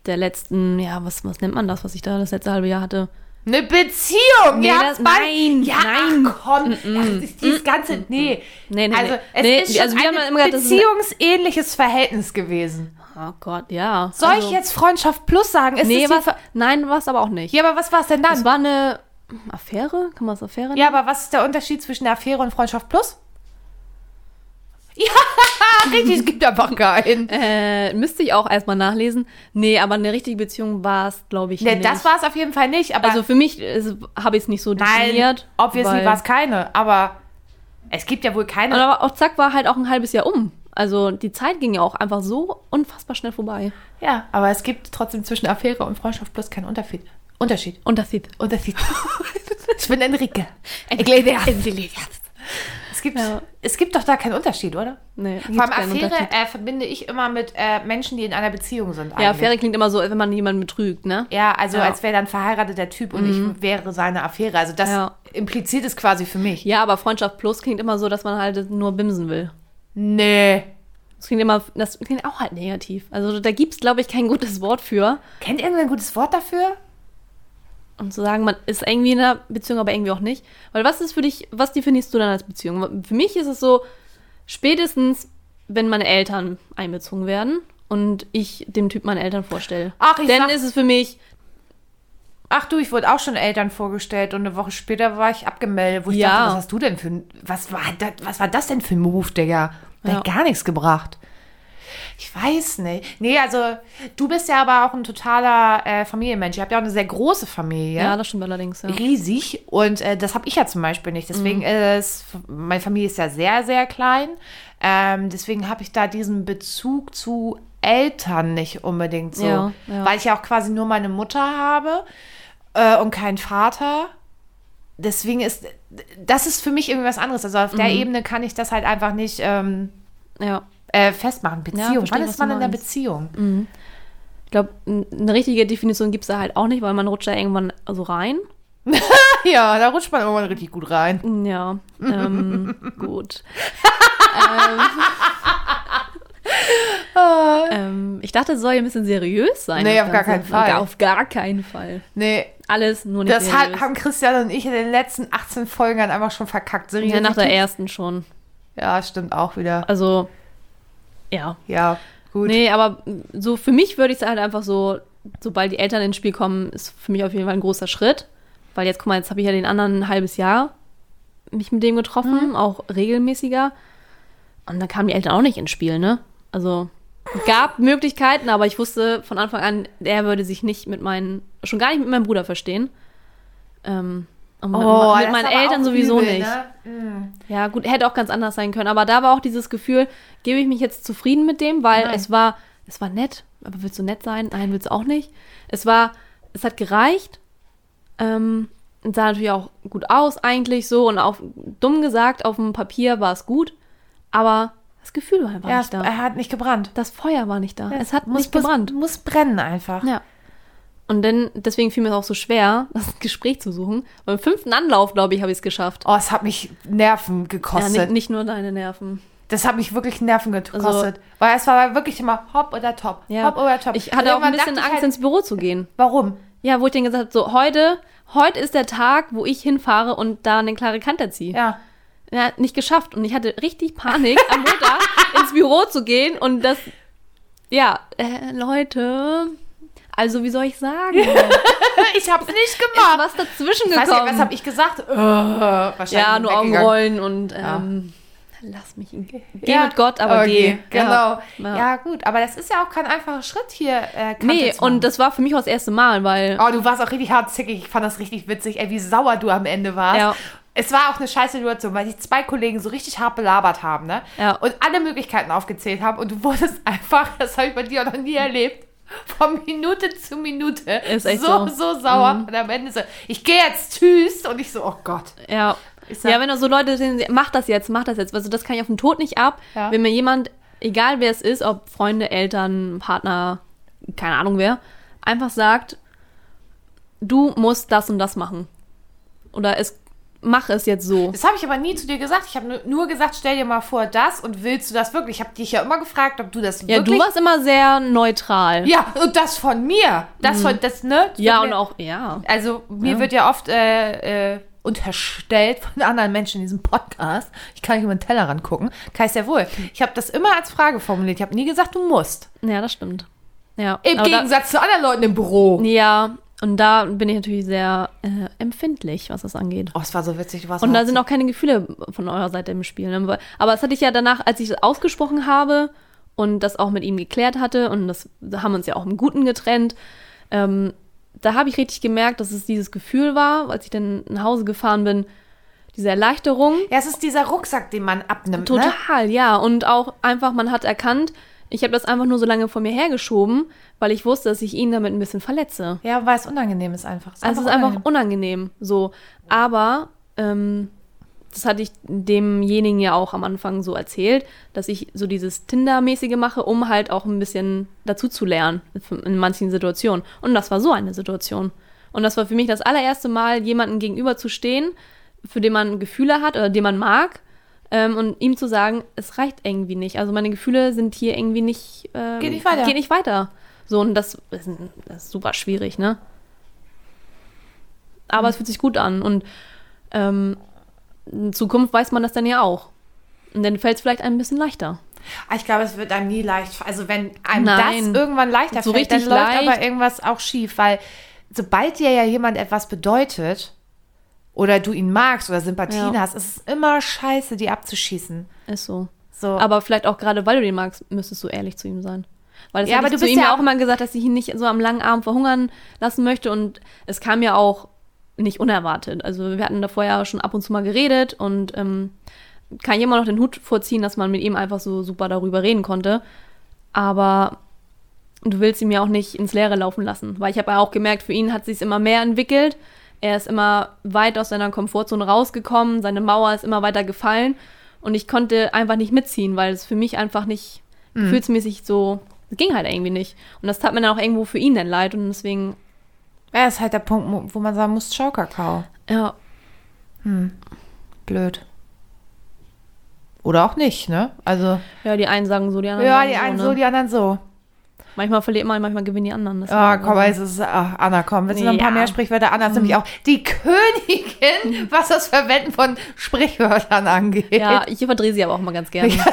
B: der letzten, ja, was, was nennt man das, was ich da das letzte halbe Jahr hatte?
A: Eine Beziehung!
B: Nee,
A: ja,
B: das-
A: bald-
B: nein,
A: ja,
B: nein. Mm,
A: Ach, komm, das ist dieses ganze. Nee.
B: Nee, nee,
A: also,
B: nee.
A: es
B: Nee,
A: ist schon
B: also wir haben ja
A: ein
B: immer gedacht, das ist eine-
A: beziehungsähnliches Verhältnis gewesen.
B: Oh Gott, ja.
A: Soll
B: Also-
A: ich jetzt Freundschaft plus sagen? Ist
B: Nee,
A: das die
B: was,
A: Ver-
B: nein, war es aber auch nicht.
A: Ja, aber was war es denn dann?
B: Es war eine Affäre? Kann man es Affäre nennen?
A: Ja, aber was ist der Unterschied zwischen der Affäre und Freundschaft plus? <laughs> Ja, richtig, es gibt einfach keinen.
B: Äh, müsste ich auch erstmal nachlesen. Nee, aber eine richtige Beziehung war es, glaube ich,
A: Ne,
B: nicht.
A: das war es auf jeden Fall nicht, aber
B: Also für mich habe ich es nicht so
A: nein,
B: definiert.
A: obviously
B: weil- Also-
A: war es keine, aber es gibt ja wohl
B: Und
A: keine.
B: aber auch zack war halt auch ein halbes Jahr um. Also die Zeit ging ja auch einfach so unfassbar schnell vorbei.
A: Ja, aber es gibt trotzdem zwischen Affäre und Freundschaft plus keinen Unterschied. Unterschied.
B: <laughs> Und das sieht.
A: Unterschied. Ich bin Enrique. Enrique. Enrique. Es gibt, es gibt doch da keinen Unterschied, oder?
B: Nee,
A: Vor allem
B: gibt's keinen
A: Affäre
B: Unterschied.
A: äh, verbinde ich immer mit äh, Menschen, die in einer Beziehung sind.
B: Ja,
A: eigentlich.
B: Affäre klingt immer so, wenn man jemanden betrügt, ne?
A: Ja, also
B: Ja. Mhm.
A: als wäre dann verheiratet der Typ und ich wäre seine Affäre. Also das
B: Ja.
A: impliziert es quasi für mich.
B: Ja, aber Freundschaft plus klingt immer so, dass man halt nur bimsen will.
A: Nee.
B: Das klingt immer, das klingt auch halt negativ. Also da gibt's, glaube ich, kein gutes Wort für.
A: Kennt irgendwer ein gutes Wort dafür?
B: Und zu sagen, man ist irgendwie in einer Beziehung, aber irgendwie auch nicht. Weil was ist für dich, was definierst du dann als Beziehung? Für mich ist es so, spätestens, wenn meine Eltern einbezogen werden und ich dem Typ meine Eltern vorstelle.
A: Ach, ich
B: Dann
A: sag-
B: ist es für mich,
A: Ach du, ich wurde auch schon Eltern vorgestellt und eine Woche später war ich abgemeldet, wo ich
B: Ja.
A: dachte, was hast du denn für ein, was war das, was war das denn für ein Move, Digga? Der hat
B: Ja.
A: gar nichts gebracht. Ich weiß nicht. Nee, also du bist ja aber auch ein totaler äh, Familienmensch. Ihr habt ja auch eine sehr große Familie.
B: ja, das stimmt allerdings, ja.
A: riesig und äh, das habe ich ja zum Beispiel nicht.
B: Mhm.
A: Deswegen ist, meine Familie ist ja sehr, sehr klein. Ähm, deswegen habe ich da diesen Bezug zu Eltern nicht unbedingt so.
B: Ja, ja.
A: Weil ich ja auch quasi nur meine Mutter habe äh, und keinen Vater. Deswegen ist, das ist für mich irgendwas anderes. Also auf
B: Mhm.
A: der Ebene kann ich das halt einfach nicht ähm,
B: ja.
A: äh, festmachen. Beziehung.
B: verstehe,
A: Wann
B: was
A: ist
B: du
A: man in der
B: meinst. Mhm.
A: Beziehung?
B: Ich glaube, eine richtige Definition gibt's da halt auch nicht, weil man rutscht da irgendwann so rein.
A: Ja, da rutscht man irgendwann richtig gut rein.
B: Ja, ähm,
A: <laughs>
B: gut. ähm, ähm, ich dachte, es soll ja ein bisschen seriös sein.
A: Nee,
B: das
A: auf gar
B: Ganze.
A: keinen Fall.
B: Auf gar keinen Fall.
A: Nee,
B: Alles nur nicht
A: Das
B: seriös.
A: hat, haben Christian und ich in den letzten 18 Folgen dann einfach schon verkackt.
B: ja,
A: Seriosität-
B: nach der ersten schon.
A: ja, stimmt auch wieder.
B: Also, ja.
A: Ja, gut.
B: Nee, aber so für mich würde ich es halt einfach so, sobald die Eltern ins Spiel kommen, ist für mich auf jeden Fall ein großer Schritt. Weil jetzt, guck mal, jetzt habe ich ja den anderen ein halbes Jahr mich mit dem
A: Mhm.
B: getroffen, auch regelmäßiger. Und dann kamen die Eltern auch nicht ins Spiel, ne? Also gab Möglichkeiten, aber ich wusste von Anfang an, der würde sich nicht mit meinen, schon gar nicht mit meinem Bruder verstehen. Ähm, und mit, mit
A: Oh, das
B: meinen
A: ist aber
B: Eltern
A: auch
B: sowieso
A: übel,
B: nicht.
A: ne? Mm.
B: Ja, gut, hätte auch ganz anders sein können. Aber da war auch dieses Gefühl, gebe ich mich jetzt zufrieden mit dem, weil
A: Nein.
B: es war, es war nett. Aber willst du nett sein? Nein, willst du auch nicht. Es war, es hat gereicht. Ähm, und sah natürlich auch gut aus eigentlich so. Und auf, dumm gesagt, auf dem Papier war es gut. Aber das Gefühl war einfach
A: Ja, es,
B: nicht da.
A: er hat nicht gebrannt.
B: Das Feuer war nicht da. es hat
A: muss,
B: nicht gebrannt.
A: Muss, muss brennen einfach.
B: Ja. Und dann, deswegen fiel mir es auch so schwer, <laughs> das Gespräch zu suchen. Beim fünften Anlauf, glaube ich, habe ich es geschafft.
A: Oh, es hat mich Nerven
B: Ja,
A: gekostet.
B: nicht, nicht nur deine Nerven.
A: Das hat mich wirklich Nerven gekostet.
B: Also-
A: weil es war wirklich immer hopp oder top.
B: oh, Ja.
A: Hopp oder top.
B: Ich
A: Und
B: hatte auch ein
A: irgendwann
B: bisschen
A: dachte ich
B: Angst,
A: Halt,
B: ins Büro zu gehen.
A: warum?
B: Ja, wo ich dann gesagt habe, so heute, heute ist der Tag, wo ich hinfahre und da eine klare Kante ziehe. Ja. <laughs>
A: Ja.
B: nicht geschafft. Und ich hatte richtig Panik, am <laughs> Montag ins Büro zu gehen und das, ja, äh, Leute, also wie soll ich sagen?
A: ich hab's nicht gemacht.
B: Was
A: Weiß
B: dazwischen
A: nicht, Äh, was
B: gekommen?
A: habe ich gesagt? Äh, wahrscheinlich
B: ja, nur
A: weggegangen.
B: Augenrollen und ähm, lass mich. Geh
A: Ja.
B: mit Gott, aber
A: Okay,
B: geh.
A: Genau. Ja.
B: Ja.
A: gut, aber das ist ja auch kein einfacher Schritt hier. Äh, Kante
B: Nee,
A: zu
B: und
A: machen.
B: das war für mich auch das erste Mal, weil
A: Oh, du warst auch richtig hartzickig. Ich fand das richtig witzig, ey, wie sauer du am Ende warst.
B: Ja.
A: Es war auch eine scheiß Situation, weil sich zwei Kollegen so richtig hart belabert haben, ne?
B: Ja.
A: Und alle Möglichkeiten aufgezählt haben und du wurdest <laughs> einfach, das habe ich bei dir auch noch nie erlebt, von Minute zu Minute
B: Ist echt
A: so,
B: so. Mhm.
A: sauer. Und am Ende so, ich gehe jetzt, tschüss. Und ich so, oh Gott.
B: Ja.
A: Ich sag-
B: ja, wenn da so Leute sind, mach das jetzt, mach das jetzt. Also das kann ich auf den Tod nicht ab.
A: Ja.
B: Wenn mir jemand, egal wer es ist, ob Freunde, Eltern, Partner, keine Ahnung wer, einfach sagt, du musst das und das machen. Oder es mach es jetzt so.
A: Das habe ich aber nie zu dir gesagt. Ich habe nur- nur gesagt, stell dir mal vor, das und willst du das wirklich? Ich habe dich ja immer gefragt, ob du das
B: Ja,
A: wirklich
B: du warst immer sehr neutral.
A: Ja, und das von mir. Das von, das, ne? Das
B: Mhm. Ja,
A: von
B: und
A: mir.
B: auch, ja.
A: Also, mir wird ja oft äh, äh, unterstellt von anderen Menschen in diesem Podcast, ich kann nicht über den Teller rangucken. Kann ich sehr wohl. Ich habe das immer als Frage formuliert. Ich habe nie gesagt, du musst.
B: Ja, das stimmt. Ja.
A: Im
B: Aber da-
A: Gegensatz zu anderen Leuten im Büro.
B: Ja, und da bin ich natürlich sehr äh, empfindlich, was das angeht.
A: Oh, es war so witzig. Du warst
B: Und da
A: auch-
B: sind auch keine Gefühle von eurer Seite im Spiel. Ne? Aber das hatte ich ja danach, als ich das ausgesprochen habe und das auch mit ihm geklärt hatte und das da haben wir uns ja auch im Guten getrennt, ähm, da habe ich richtig gemerkt, dass es dieses Gefühl war, als ich dann nach Hause gefahren bin, diese Erleichterung.
A: Ja, es ist dieser Rucksack, den man abnimmt. Ne?
B: Total, ja. Und auch einfach, man hat erkannt, Ich habe das einfach nur so lange vor mir hergeschoben, weil ich wusste, dass ich ihn damit ein bisschen verletze.
A: Ja, weil es unangenehm ist einfach. Ist
B: Also es ist einfach unangenehm, so. Aber ähm, das hatte ich demjenigen ja auch am Anfang so erzählt, dass ich so dieses Tinder-mäßige mache, um halt auch ein bisschen dazu zu lernen in manchen Situationen. Und das war so eine Situation. Und das war für mich das allererste Mal, jemandem gegenüber zu stehen, für den man Gefühle hat oder den man mag. Ähm, und ihm zu sagen, es reicht irgendwie nicht. Also meine Gefühle sind hier irgendwie nicht. Ähm,
A: Geht nicht weiter.
B: Geht nicht weiter. So, und das, ist- das ist super schwierig, ne? Aber es fühlt sich gut an. Und ähm, in Zukunft weiß man das dann ja auch. Und dann fällt es vielleicht ein bisschen leichter.
A: Ah, Ich glaube, es wird einem nie leicht. Also wenn einem
B: Nein.
A: das irgendwann leichter
B: So
A: fällt,
B: richtig
A: dann läuft
B: leicht.
A: aber irgendwas auch schief, weil sobald dir ja jemand etwas bedeutet oder du ihn magst oder Sympathien
B: Ja.
A: hast, ist es immer scheiße, die abzuschießen.
B: Ist so.
A: So.
B: Aber vielleicht auch gerade, weil du den magst, müsstest du ehrlich zu ihm sein. Weil das
A: Ja,
B: ja, aber
A: aber
B: ich
A: du
B: zu
A: bist
B: ihm
A: ja
B: ja auch
A: auch-
B: immer gesagt, dass ich ihn nicht so am langen Arm verhungern lassen möchte. Und es kam ja auch nicht unerwartet. Also wir hatten da vorher schon ab und zu mal geredet und ähm, kann ich immer noch den Hut vorziehen, dass man mit ihm einfach so super darüber reden konnte. Aber du willst ihn ja auch nicht ins Leere laufen lassen. Weil ich habe ja auch gemerkt, für ihn hat sich immer mehr entwickelt. Er ist immer weit aus seiner Komfortzone rausgekommen, seine Mauer ist immer weiter gefallen und ich konnte einfach nicht mitziehen, weil es für mich einfach nicht
A: Mhm.
B: gefühlsmäßig so es ging halt irgendwie nicht. Und das tat mir dann auch irgendwo für ihn dann leid und deswegen
A: ja, ist halt der Punkt, wo- wo man sagen muss, schau Kakao.
B: ja,
A: Blöd. Oder auch nicht, ne? Also,
B: ja die einen sagen so, die anderen
A: ja,
B: sagen
A: die einen
B: so,
A: so,
B: ne?
A: die anderen so.
B: Manchmal verliert man, manchmal gewinnen die anderen. Das
A: Ah,
B: ist
A: komm,
B: so.
A: es ist, ach, Anna, komm, willst du noch ein paar
B: Ja. Mhm.
A: mehr Sprichwörter? Anna ist nämlich auch die <laughs> Königin, was das Verwenden von Sprichwörtern angeht.
B: Ja, ich verdrehe sie aber auch mal ganz gerne. <laughs>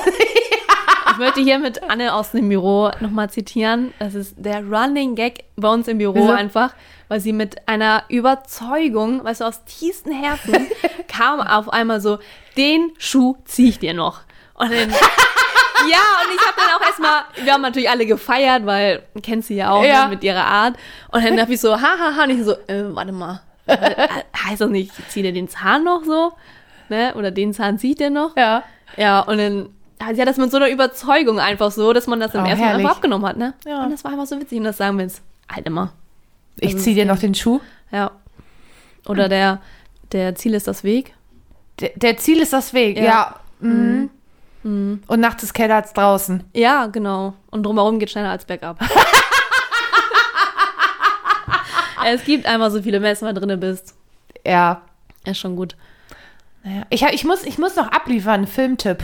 B: Ich möchte hier mit Anne aus dem Büro nochmal zitieren. Das ist der Running Gag bei uns im Büro
A: Wieso?
B: einfach, weil sie mit einer Überzeugung, weißt du, aus tiefstem <laughs> Herzen kam auf einmal so, den Schuh zieh ich dir noch. Und dann, <laughs> ja, und ich habe dann auch erstmal, wir haben natürlich alle gefeiert, weil kennst sie ja auch
A: Ja.
B: Ne, mit ihrer Art. Und dann hab ich so, hahaha, und ich so, äh, warte mal, Äh, <laughs> heißt das nicht, zieh dir den Zahn noch so? Ne? Oder den Zahn zieht der noch?
A: Ja.
B: Ja, und dann, ja, sie hat das mit so einer Überzeugung einfach so, dass man das im
A: Oh,
B: ersten Mal
A: herrlich.
B: einfach abgenommen hat, ne?
A: Ja.
B: Und das war einfach so witzig und das sagen wir jetzt halt immer.
A: Ich zieh dir noch den Schuh.
B: Ja. Oder der, der Ziel ist das Weg.
A: Der, der Ziel ist das Weg, ja.
B: Ja.
A: Mhm. Und nachts ist Kellerz draußen.
B: Ja, genau. Und drumherum geht schneller als
A: <laughs>
B: bergab. es gibt einmal so viele Messen, wenn du drinne bist.
A: Ja.
B: Ist schon gut.
A: Naja. Ich, hab, ich, muss, ich muss noch abliefern, einen Filmtipp.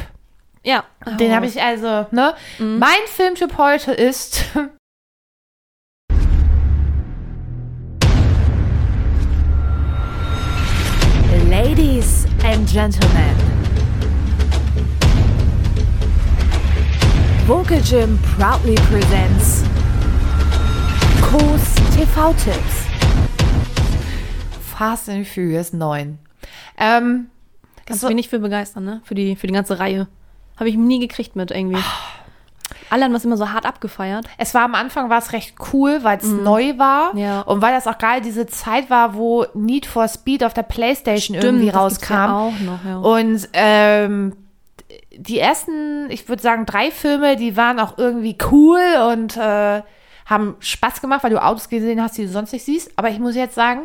B: Ja. Oh.
A: Den habe ich also, ne? Mein Filmtipp heute ist <laughs>
C: Ladies and Gentlemen. Vocal Gym proudly presents Kurs TV-Tipps.
A: Fast and Furious 9. Ähm,
B: Kannst
A: so-
B: du mich nicht für begeistern, ne? Für die, für die ganze Reihe. Habe ich nie gekriegt mit irgendwie. Alle haben das immer so hart abgefeiert.
A: Es war am Anfang war es recht cool, weil es neu war
B: Mhm. Ja.
A: und weil das auch gerade diese Zeit war, wo Need for Speed auf der PlayStation irgendwie
B: das gibt's
A: rauskam.
B: Ja auch noch, ja.
A: Und ähm, die ersten, ich würde sagen, drei Filme, die waren auch irgendwie cool und äh, haben Spaß gemacht, weil du Autos gesehen hast, die du sonst nicht siehst. Aber ich muss jetzt sagen,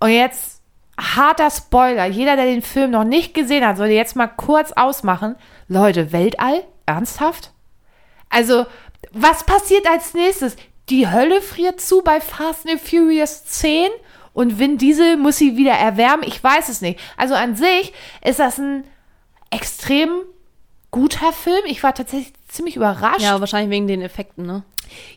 A: und jetzt harter Spoiler, jeder, der den Film noch nicht gesehen hat, sollte jetzt mal kurz ausmachen. Leute, Weltall? Ernsthaft? Also, was passiert als nächstes? Die Hölle friert zu bei Fast and Furious 10 und Vin Diesel muss sie wieder erwärmen. Ich weiß es nicht. Also an sich ist das ein extrem guter Film. Ich war tatsächlich ziemlich überrascht.
B: ja, wahrscheinlich wegen den Effekten, ne?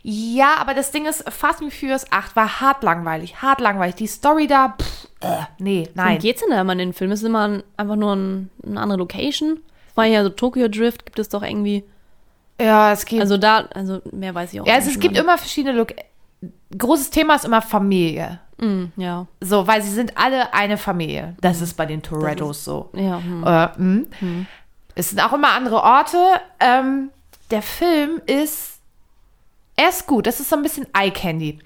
A: Ja, aber das Ding ist, Fast and Furious 8 war hart langweilig, hart langweilig. Die Story da, pff, äh, nee,
B: Wie
A: nein.
B: geht's denn da immer in den Film? Ist es immer ein, einfach nur ein, eine andere Location? Es war ja so Tokyo Drift, gibt es doch irgendwie.
A: Ja, es gibt,
B: Also da, also mehr weiß ich auch
A: ja,
B: nicht.
A: es, es gibt immer verschiedene Look. Großes Thema ist immer Familie.
B: Mm, ja,
A: So, weil sie sind alle eine Familie. Mhm. Das ist bei den Torettos so.
B: ja. Hm.
A: Äh, hm. Es sind auch immer andere Orte. Ähm, der Film ist. Er ist gut. Das ist so ein bisschen Eye-Candy.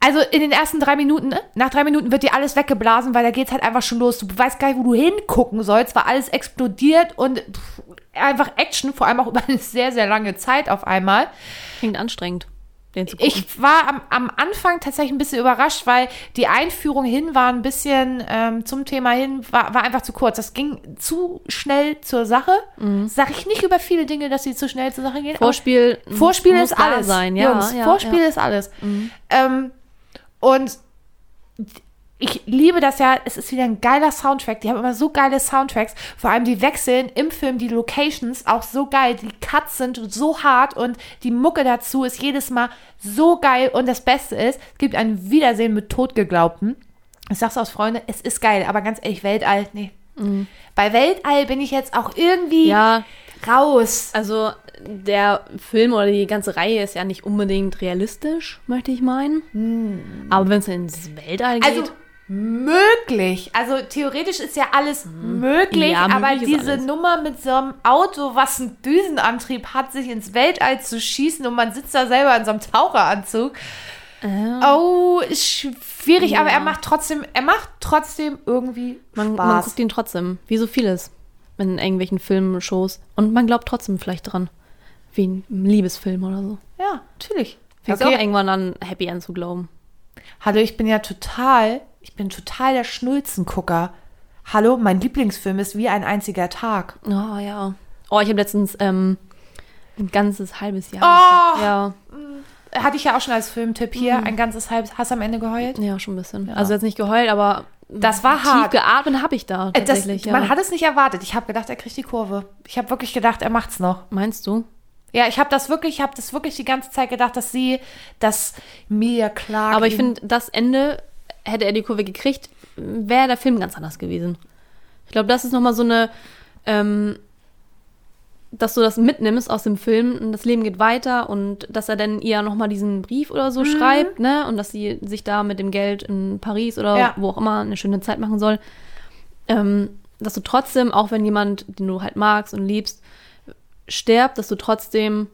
A: Also in den ersten drei Minuten, ne? nach drei Minuten wird dir alles weggeblasen, weil da geht's halt einfach schon los. Du weißt gar nicht, wo du hingucken sollst, weil alles explodiert und pff, einfach Action, vor allem auch <laughs> über eine sehr, sehr lange Zeit auf einmal.
B: Klingt anstrengend, den zu gucken.
A: Ich war am, am Anfang tatsächlich ein bisschen überrascht, weil die Einführung hin war ein bisschen ähm, zum Thema hin, war, war einfach zu kurz. Das ging zu schnell zur Sache.
B: Mhm.
A: Sag ich nicht über viele Dinge, dass sie zu schnell zur Sache gehen. Oh, aber-
B: Vorspiel,
A: Vorspiel
B: muss
A: ist
B: da
A: alles.
B: Sein. Ja,
A: Jungs,
B: ja,
A: Vorspiel
B: ja. Mhm.
A: ist alles. Ähm, und ich liebe das ja, es ist wieder ein geiler Soundtrack. Die haben immer so geile Soundtracks. Vor allem die wechseln im Film die Locations auch so geil. Die Cuts sind so hart und die Mucke dazu ist jedes Mal so geil. Und das Beste ist, es gibt ein Wiedersehen mit Totgeglaubten. Ich sag's aus Freunde, es ist geil, aber ganz ehrlich, Weltall, nee. Bei Weltall bin ich jetzt auch irgendwie
B: Mhm. Ja,
A: raus.
B: also der Film oder die ganze Reihe ist ja nicht unbedingt realistisch, möchte ich meinen. Aber wenn es ins Weltall geht,
A: Hm. Also möglich. Also theoretisch ist ja alles möglich,
B: Hm. Ja,
A: aber
B: möglich ist
A: diese
B: alles.
A: Nummer mit so einem Auto, was einen Düsenantrieb hat, sich ins Weltall zu schießen und man sitzt da selber in so einem Taucheranzug.
B: Ähm.
A: Oh, ist schwierig, aber er macht trotzdem, er macht trotzdem irgendwie
B: man,
A: Spaß.
B: man guckt ihn trotzdem, wie so vieles in irgendwelchen Filmen, Shows. Und man glaubt trotzdem vielleicht dran, wie ein Liebesfilm oder so.
A: ja, natürlich.
B: Fängst auch irgendwann an, Happy End zu glauben.
A: Hallo, ich bin ja total, ich bin total der Schnulzengucker. Hallo, mein Lieblingsfilm ist wie ein einziger Tag.
B: Oh ja. Oh, ich habe letztens ähm, ein ganzes halbes Jahr.
A: Oh!
B: geguckt. Ja,
A: Hatte ich ja auch schon als Filmtipp
B: Mhm.
A: hier, ein ganzes halbes, hast am Ende geheult?
B: ja, schon ein bisschen. Also jetzt nicht geheult, aber
A: Das war
B: tief
A: hart.
B: geatmet habe ich da
A: Äh, Das,
B: tatsächlich. ja.
A: Man hat es nicht erwartet. Ich habe gedacht, er kriegt die Kurve. Ich habe wirklich gedacht, er macht's noch.
B: Meinst du?
A: Ja, ich habe das wirklich, ich habe das wirklich die ganze Zeit gedacht, dass sie, dass Mia Clark.
B: Aber ich
A: ihn-
B: finde, das Ende, hätte er die Kurve gekriegt, wäre der Film ganz anders gewesen. Ich glaube, das ist nochmal so eine, ähm, dass du das mitnimmst aus dem Film und das Leben geht weiter und dass er dann ihr nochmal diesen Brief oder so schreibt, ne? Und dass sie sich da mit dem Geld in Paris oder
A: Ja.
B: wo auch immer eine schöne Zeit machen soll. Ähm, dass du trotzdem, auch wenn jemand, den du halt magst und liebst, stirbt, dass du trotzdem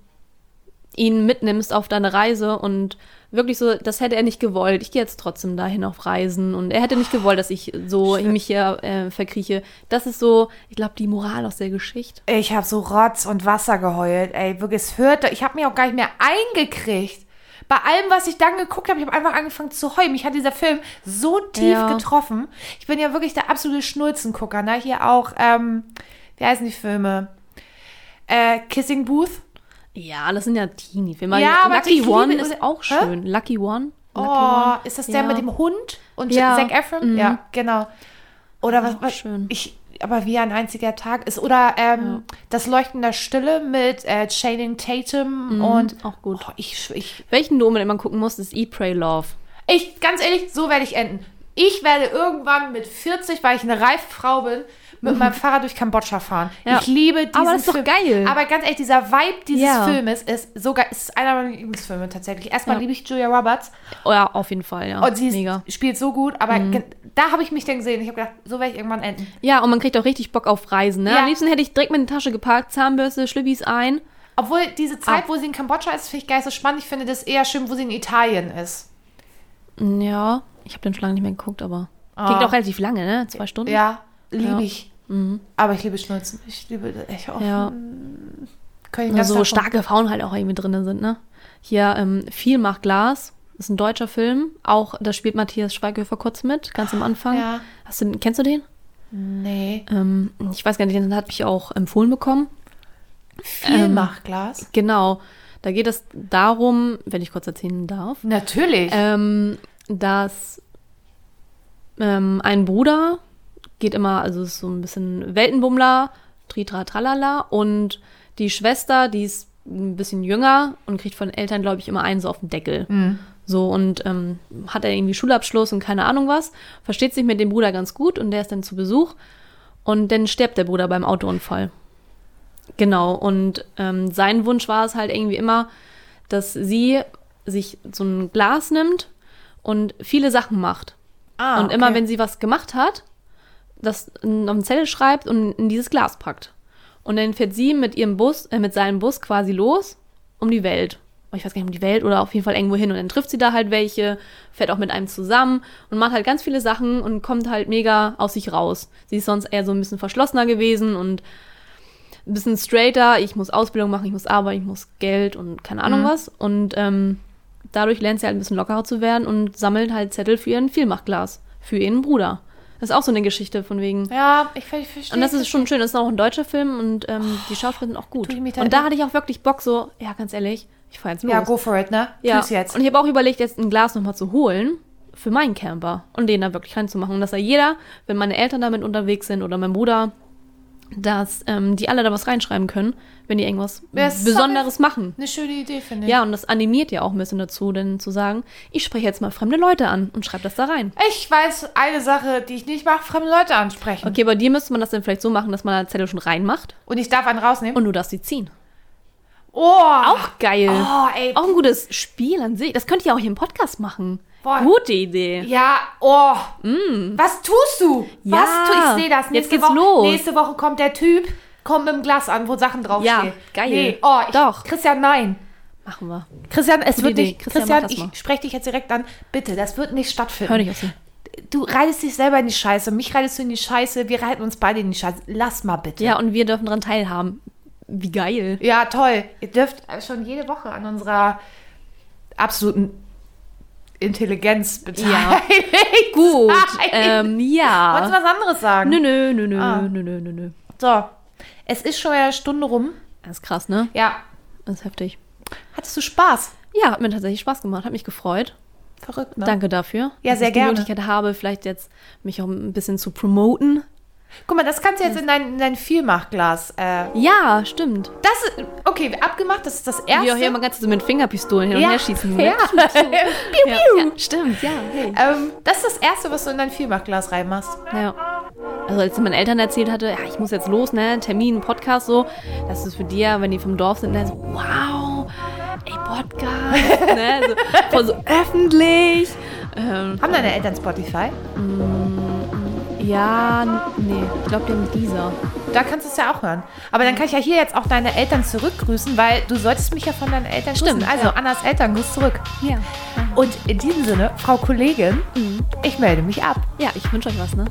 B: ihn mitnimmst auf deine Reise und wirklich so, das hätte er nicht gewollt. Ich gehe jetzt trotzdem dahin auf Reisen und er hätte nicht gewollt, dass ich so mich hier äh, verkrieche. Das ist so, ich glaube, die Moral aus der Geschichte.
A: ich habe so Rotz und Wasser geheult. Ey, wirklich, es hörte. Ich habe mich auch gar nicht mehr eingekriegt. Bei allem, was ich dann geguckt habe, ich habe einfach angefangen zu heulen. Mich hat dieser Film so tief
B: Ja.
A: getroffen. Ich bin ja wirklich der absolute Schnulzengucker. Ne? Hier auch, ähm, wie heißen die Filme? Äh, Kissing Booth.
B: Ja, das sind ja Teenie-Filme.
A: Ja, aber
B: Lucky
A: ich
B: One
A: liebe-
B: ist auch
A: Hä?
B: schön. Lucky One. Lucky
A: Oh, ist das der
B: Ja.
A: mit dem Hund und
B: Ja.
A: Zac Efron?
B: Mhm.
A: Ja, genau. Oder was,
B: Auch
A: was
B: schön.
A: ich aber wie ein einziger Tag ist oder ähm, das Leuchten der Stille mit äh, Channing Tatum und
B: Mhm. auch gut.
A: Oh, ich, schw- ich
B: Welchen du unbedingt mal gucken musst, ist Eat, Pray, Love.
A: ich ganz ehrlich, so werde ich enden. Ich werde irgendwann mit 40, weil ich eine reife Frau bin, mit meinem Fahrrad durch Kambodscha fahren.
B: Mhm. Ja.
A: Ich liebe diesen
B: Aber das ist doch
A: Film.
B: geil.
A: Aber ganz ehrlich, dieser Vibe dieses
B: Ja.
A: Filmes ist so geil. Es ist einer meiner Lieblingsfilme tatsächlich. Erstmal
B: Ja.
A: liebe ich Julia Roberts.
B: Oh ja, auf jeden Fall, ja.
A: Und sie ist,
B: Mega. Mhm.
A: spielt so gut, aber ge- da habe ich mich dann gesehen. Ich habe gedacht, so werde ich irgendwann enden.
B: Ja, und man kriegt auch richtig Bock auf Reisen, ne?
A: Ja.
B: Am liebsten hätte ich direkt meine Tasche gepackt, Zahnbürste, Schlübbis ein.
A: Obwohl diese Zeit,
B: Ah.
A: wo sie in Kambodscha ist, finde ich geil so spannend. Ich finde das eher schön, wo sie in Italien ist.
B: Ja, ich habe den schon lange nicht mehr geguckt, aber.
A: Ah.
B: Klingt auch relativ lange, ne? Zwei Stunden?
A: Ja, liebe
B: Ja. Mhm.
A: ich. Aber ich liebe Schnulzen. Ich liebe echt auch.
B: Ja.
A: Kann ich den
B: Nur
A: ganzen
B: so
A: Tag gucken.
B: starke Frauen halt auch irgendwie drin sind, ne? Hier, ähm, Viel macht Glas. Ist ein deutscher Film. Auch, da spielt Matthias Schweighöfer kurz mit, ganz am Anfang.
A: Ja.
B: Hast du, kennst du den?
A: oh, Nee.
B: Ähm, ich weiß gar nicht, den hat mich auch empfohlen bekommen. Ähm,
A: Viel Machglas.
B: Genau. Da geht es darum, wenn ich kurz erzählen darf,
A: Natürlich.
B: ähm, dass ähm, ein Bruder geht immer, also ist so ein bisschen Weltenbummler, Tritra Tralala und die Schwester, die ist ein bisschen jünger und kriegt von Eltern, glaube ich, immer einen so auf den Deckel. So und ähm, hat er irgendwie Schulabschluss und keine Ahnung was, versteht sich mit dem Bruder ganz gut und der ist dann zu Besuch und dann stirbt der Bruder beim Autounfall. Genau, und ähm, sein Wunsch war es halt irgendwie immer, dass sie sich so ein Glas nimmt und viele Sachen macht.
A: Ah,
B: und immer,
A: okay.
B: wenn sie was gemacht hat, das in- auf einen Zettel schreibt und in dieses Glas packt. Und dann fährt sie mit ihrem Bus, äh, mit seinem Bus quasi los um die Welt. Oh, Ich weiß gar nicht, um die Welt oder auf jeden Fall irgendwo hin. Und dann trifft sie da halt welche, fährt auch mit einem zusammen und macht halt ganz viele Sachen und kommt halt mega aus sich raus. Sie ist sonst eher so ein bisschen verschlossener gewesen und ein bisschen straighter, ich muss Ausbildung machen, ich muss arbeiten, ich muss Geld und keine Ahnung
A: Mhm.
B: was. Und ähm, dadurch lernt sie halt ein bisschen lockerer zu werden und sammelt halt Zettel für ihren Vielmachglas, für ihren Bruder. Das ist auch so eine Geschichte von wegen.
A: Ja, ich ver- verstehe.
B: Und das ist schon schön, das ist auch ein deutscher Film und ähm,
A: Oh,
B: die Schauspieler sind auch gut.
A: tu ich mich da
B: und da
A: in-
B: hatte ich auch wirklich Bock, so, ja, ganz ehrlich, ich fahr jetzt los.
A: Ja, go for it, ne?
B: Ja,
A: Tu's jetzt.
B: und ich habe auch überlegt, jetzt ein Glas nochmal zu holen für meinen Camper und den da wirklich reinzumachen. Und dass da jeder, wenn meine Eltern damit unterwegs sind oder mein Bruder, dass ähm, die alle da was reinschreiben können, wenn die irgendwas
A: Ja, es ist
B: Besonderes machen.
A: Eine schöne Idee, finde ich.
B: Ja, und das animiert ja auch ein bisschen dazu, denn zu sagen, ich spreche jetzt mal fremde Leute an und schreibe das da rein.
A: Ich weiß eine Sache, die ich nicht mache, fremde Leute ansprechen.
B: Okay, bei dir müsste man das dann vielleicht so machen, dass man da Zettel schon reinmacht
A: Und ich darf einen rausnehmen.
B: und du darfst sie ziehen.
A: oh, auch.
B: Auch geil.
A: Oh, ey.
B: Auch ein gutes Spiel an sich. Das könnte ich auch hier im Podcast machen.
A: Boah.
B: Gute Idee.
A: Ja, oh. Was tust du?
B: Mm. Ja.
A: Was tu ich? sehe das.
B: Jetzt
A: Nächste
B: geht's
A: Woche,
B: los.
A: Nächste Woche kommt der Typ, kommt mit dem Glas an, wo Sachen draufstehen.
B: Ja, geil.
A: Nee, oh, ich,
B: Doch.
A: Christian, nein.
B: Machen wir.
A: Christian, es
B: Gute
A: wird
B: Idee.
A: nicht.
B: Christian,
A: Christian,
B: mach das mal.
A: ich spreche dich jetzt direkt an. Bitte, das wird nicht stattfinden.
B: Hör dich auf sie.
A: Du reitest dich selber in die Scheiße, mich reitest du in die Scheiße, wir reiten uns beide in die Scheiße. Lass mal bitte.
B: Ja, und wir dürfen daran teilhaben. Wie geil.
A: Ja, toll. Ihr dürft schon jede Woche an unserer absoluten Intelligenz beteiligt. <laughs>
B: Gut.
A: Nein.
B: Ähm,
A: Wolltest
B: ja.
A: du was anderes sagen?
B: Nö, nö, nö, nö,
A: Ah.
B: nö, nö, nö, nö.
A: So, es ist schon wieder eine Stunde rum.
B: Das ist krass, ne?
A: Ja.
B: Das ist heftig.
A: Hattest du Spaß?
B: Ja, hat mir tatsächlich Spaß gemacht, hat mich gefreut.
A: Verrückt, ne?
B: Danke dafür.
A: Ja,
B: dass
A: sehr
B: ich die
A: gerne.
B: Möglichkeit habe, vielleicht jetzt mich auch ein bisschen zu promoten.
A: Guck mal, das kannst du jetzt in dein, in dein Vielmachglas. Äh,
B: Ja, stimmt.
A: das, okay, abgemacht, das ist das
B: Wie auch hier
A: erste.
B: immer ganz so mit Fingerpistolen hin und
A: Ja.
B: her schießen. ne? <laughs>
A: Ja.
B: ja. ja, stimmt, ja. Hey.
A: Ähm, das ist das erste, was du in dein Vielmachglas reinmachst.
B: Ja. Also als meinen Eltern erzählt hatte, ja, ich muss jetzt los, ne, Termin, Podcast so, das ist für die ja, wenn die vom Dorf sind, ne, so, wow, ey, Podcast, <laughs> ne, so, voll so öffentlich. Ähm,
A: Haben deine Eltern Spotify?
B: ja, n- nee, ich glaube, der mit dieser.
A: Da kannst du es ja auch hören. Aber dann kann ich ja hier jetzt auch deine Eltern zurückgrüßen, weil du solltest mich ja von deinen Eltern grüßen.
B: Stimmt,
A: Also, Annas Eltern, grüß zurück.
B: Ja. Mhm.
A: Und in diesem Sinne, Frau Kollegin, ich melde mich ab.
B: Ja, ich wünsche euch was, ne?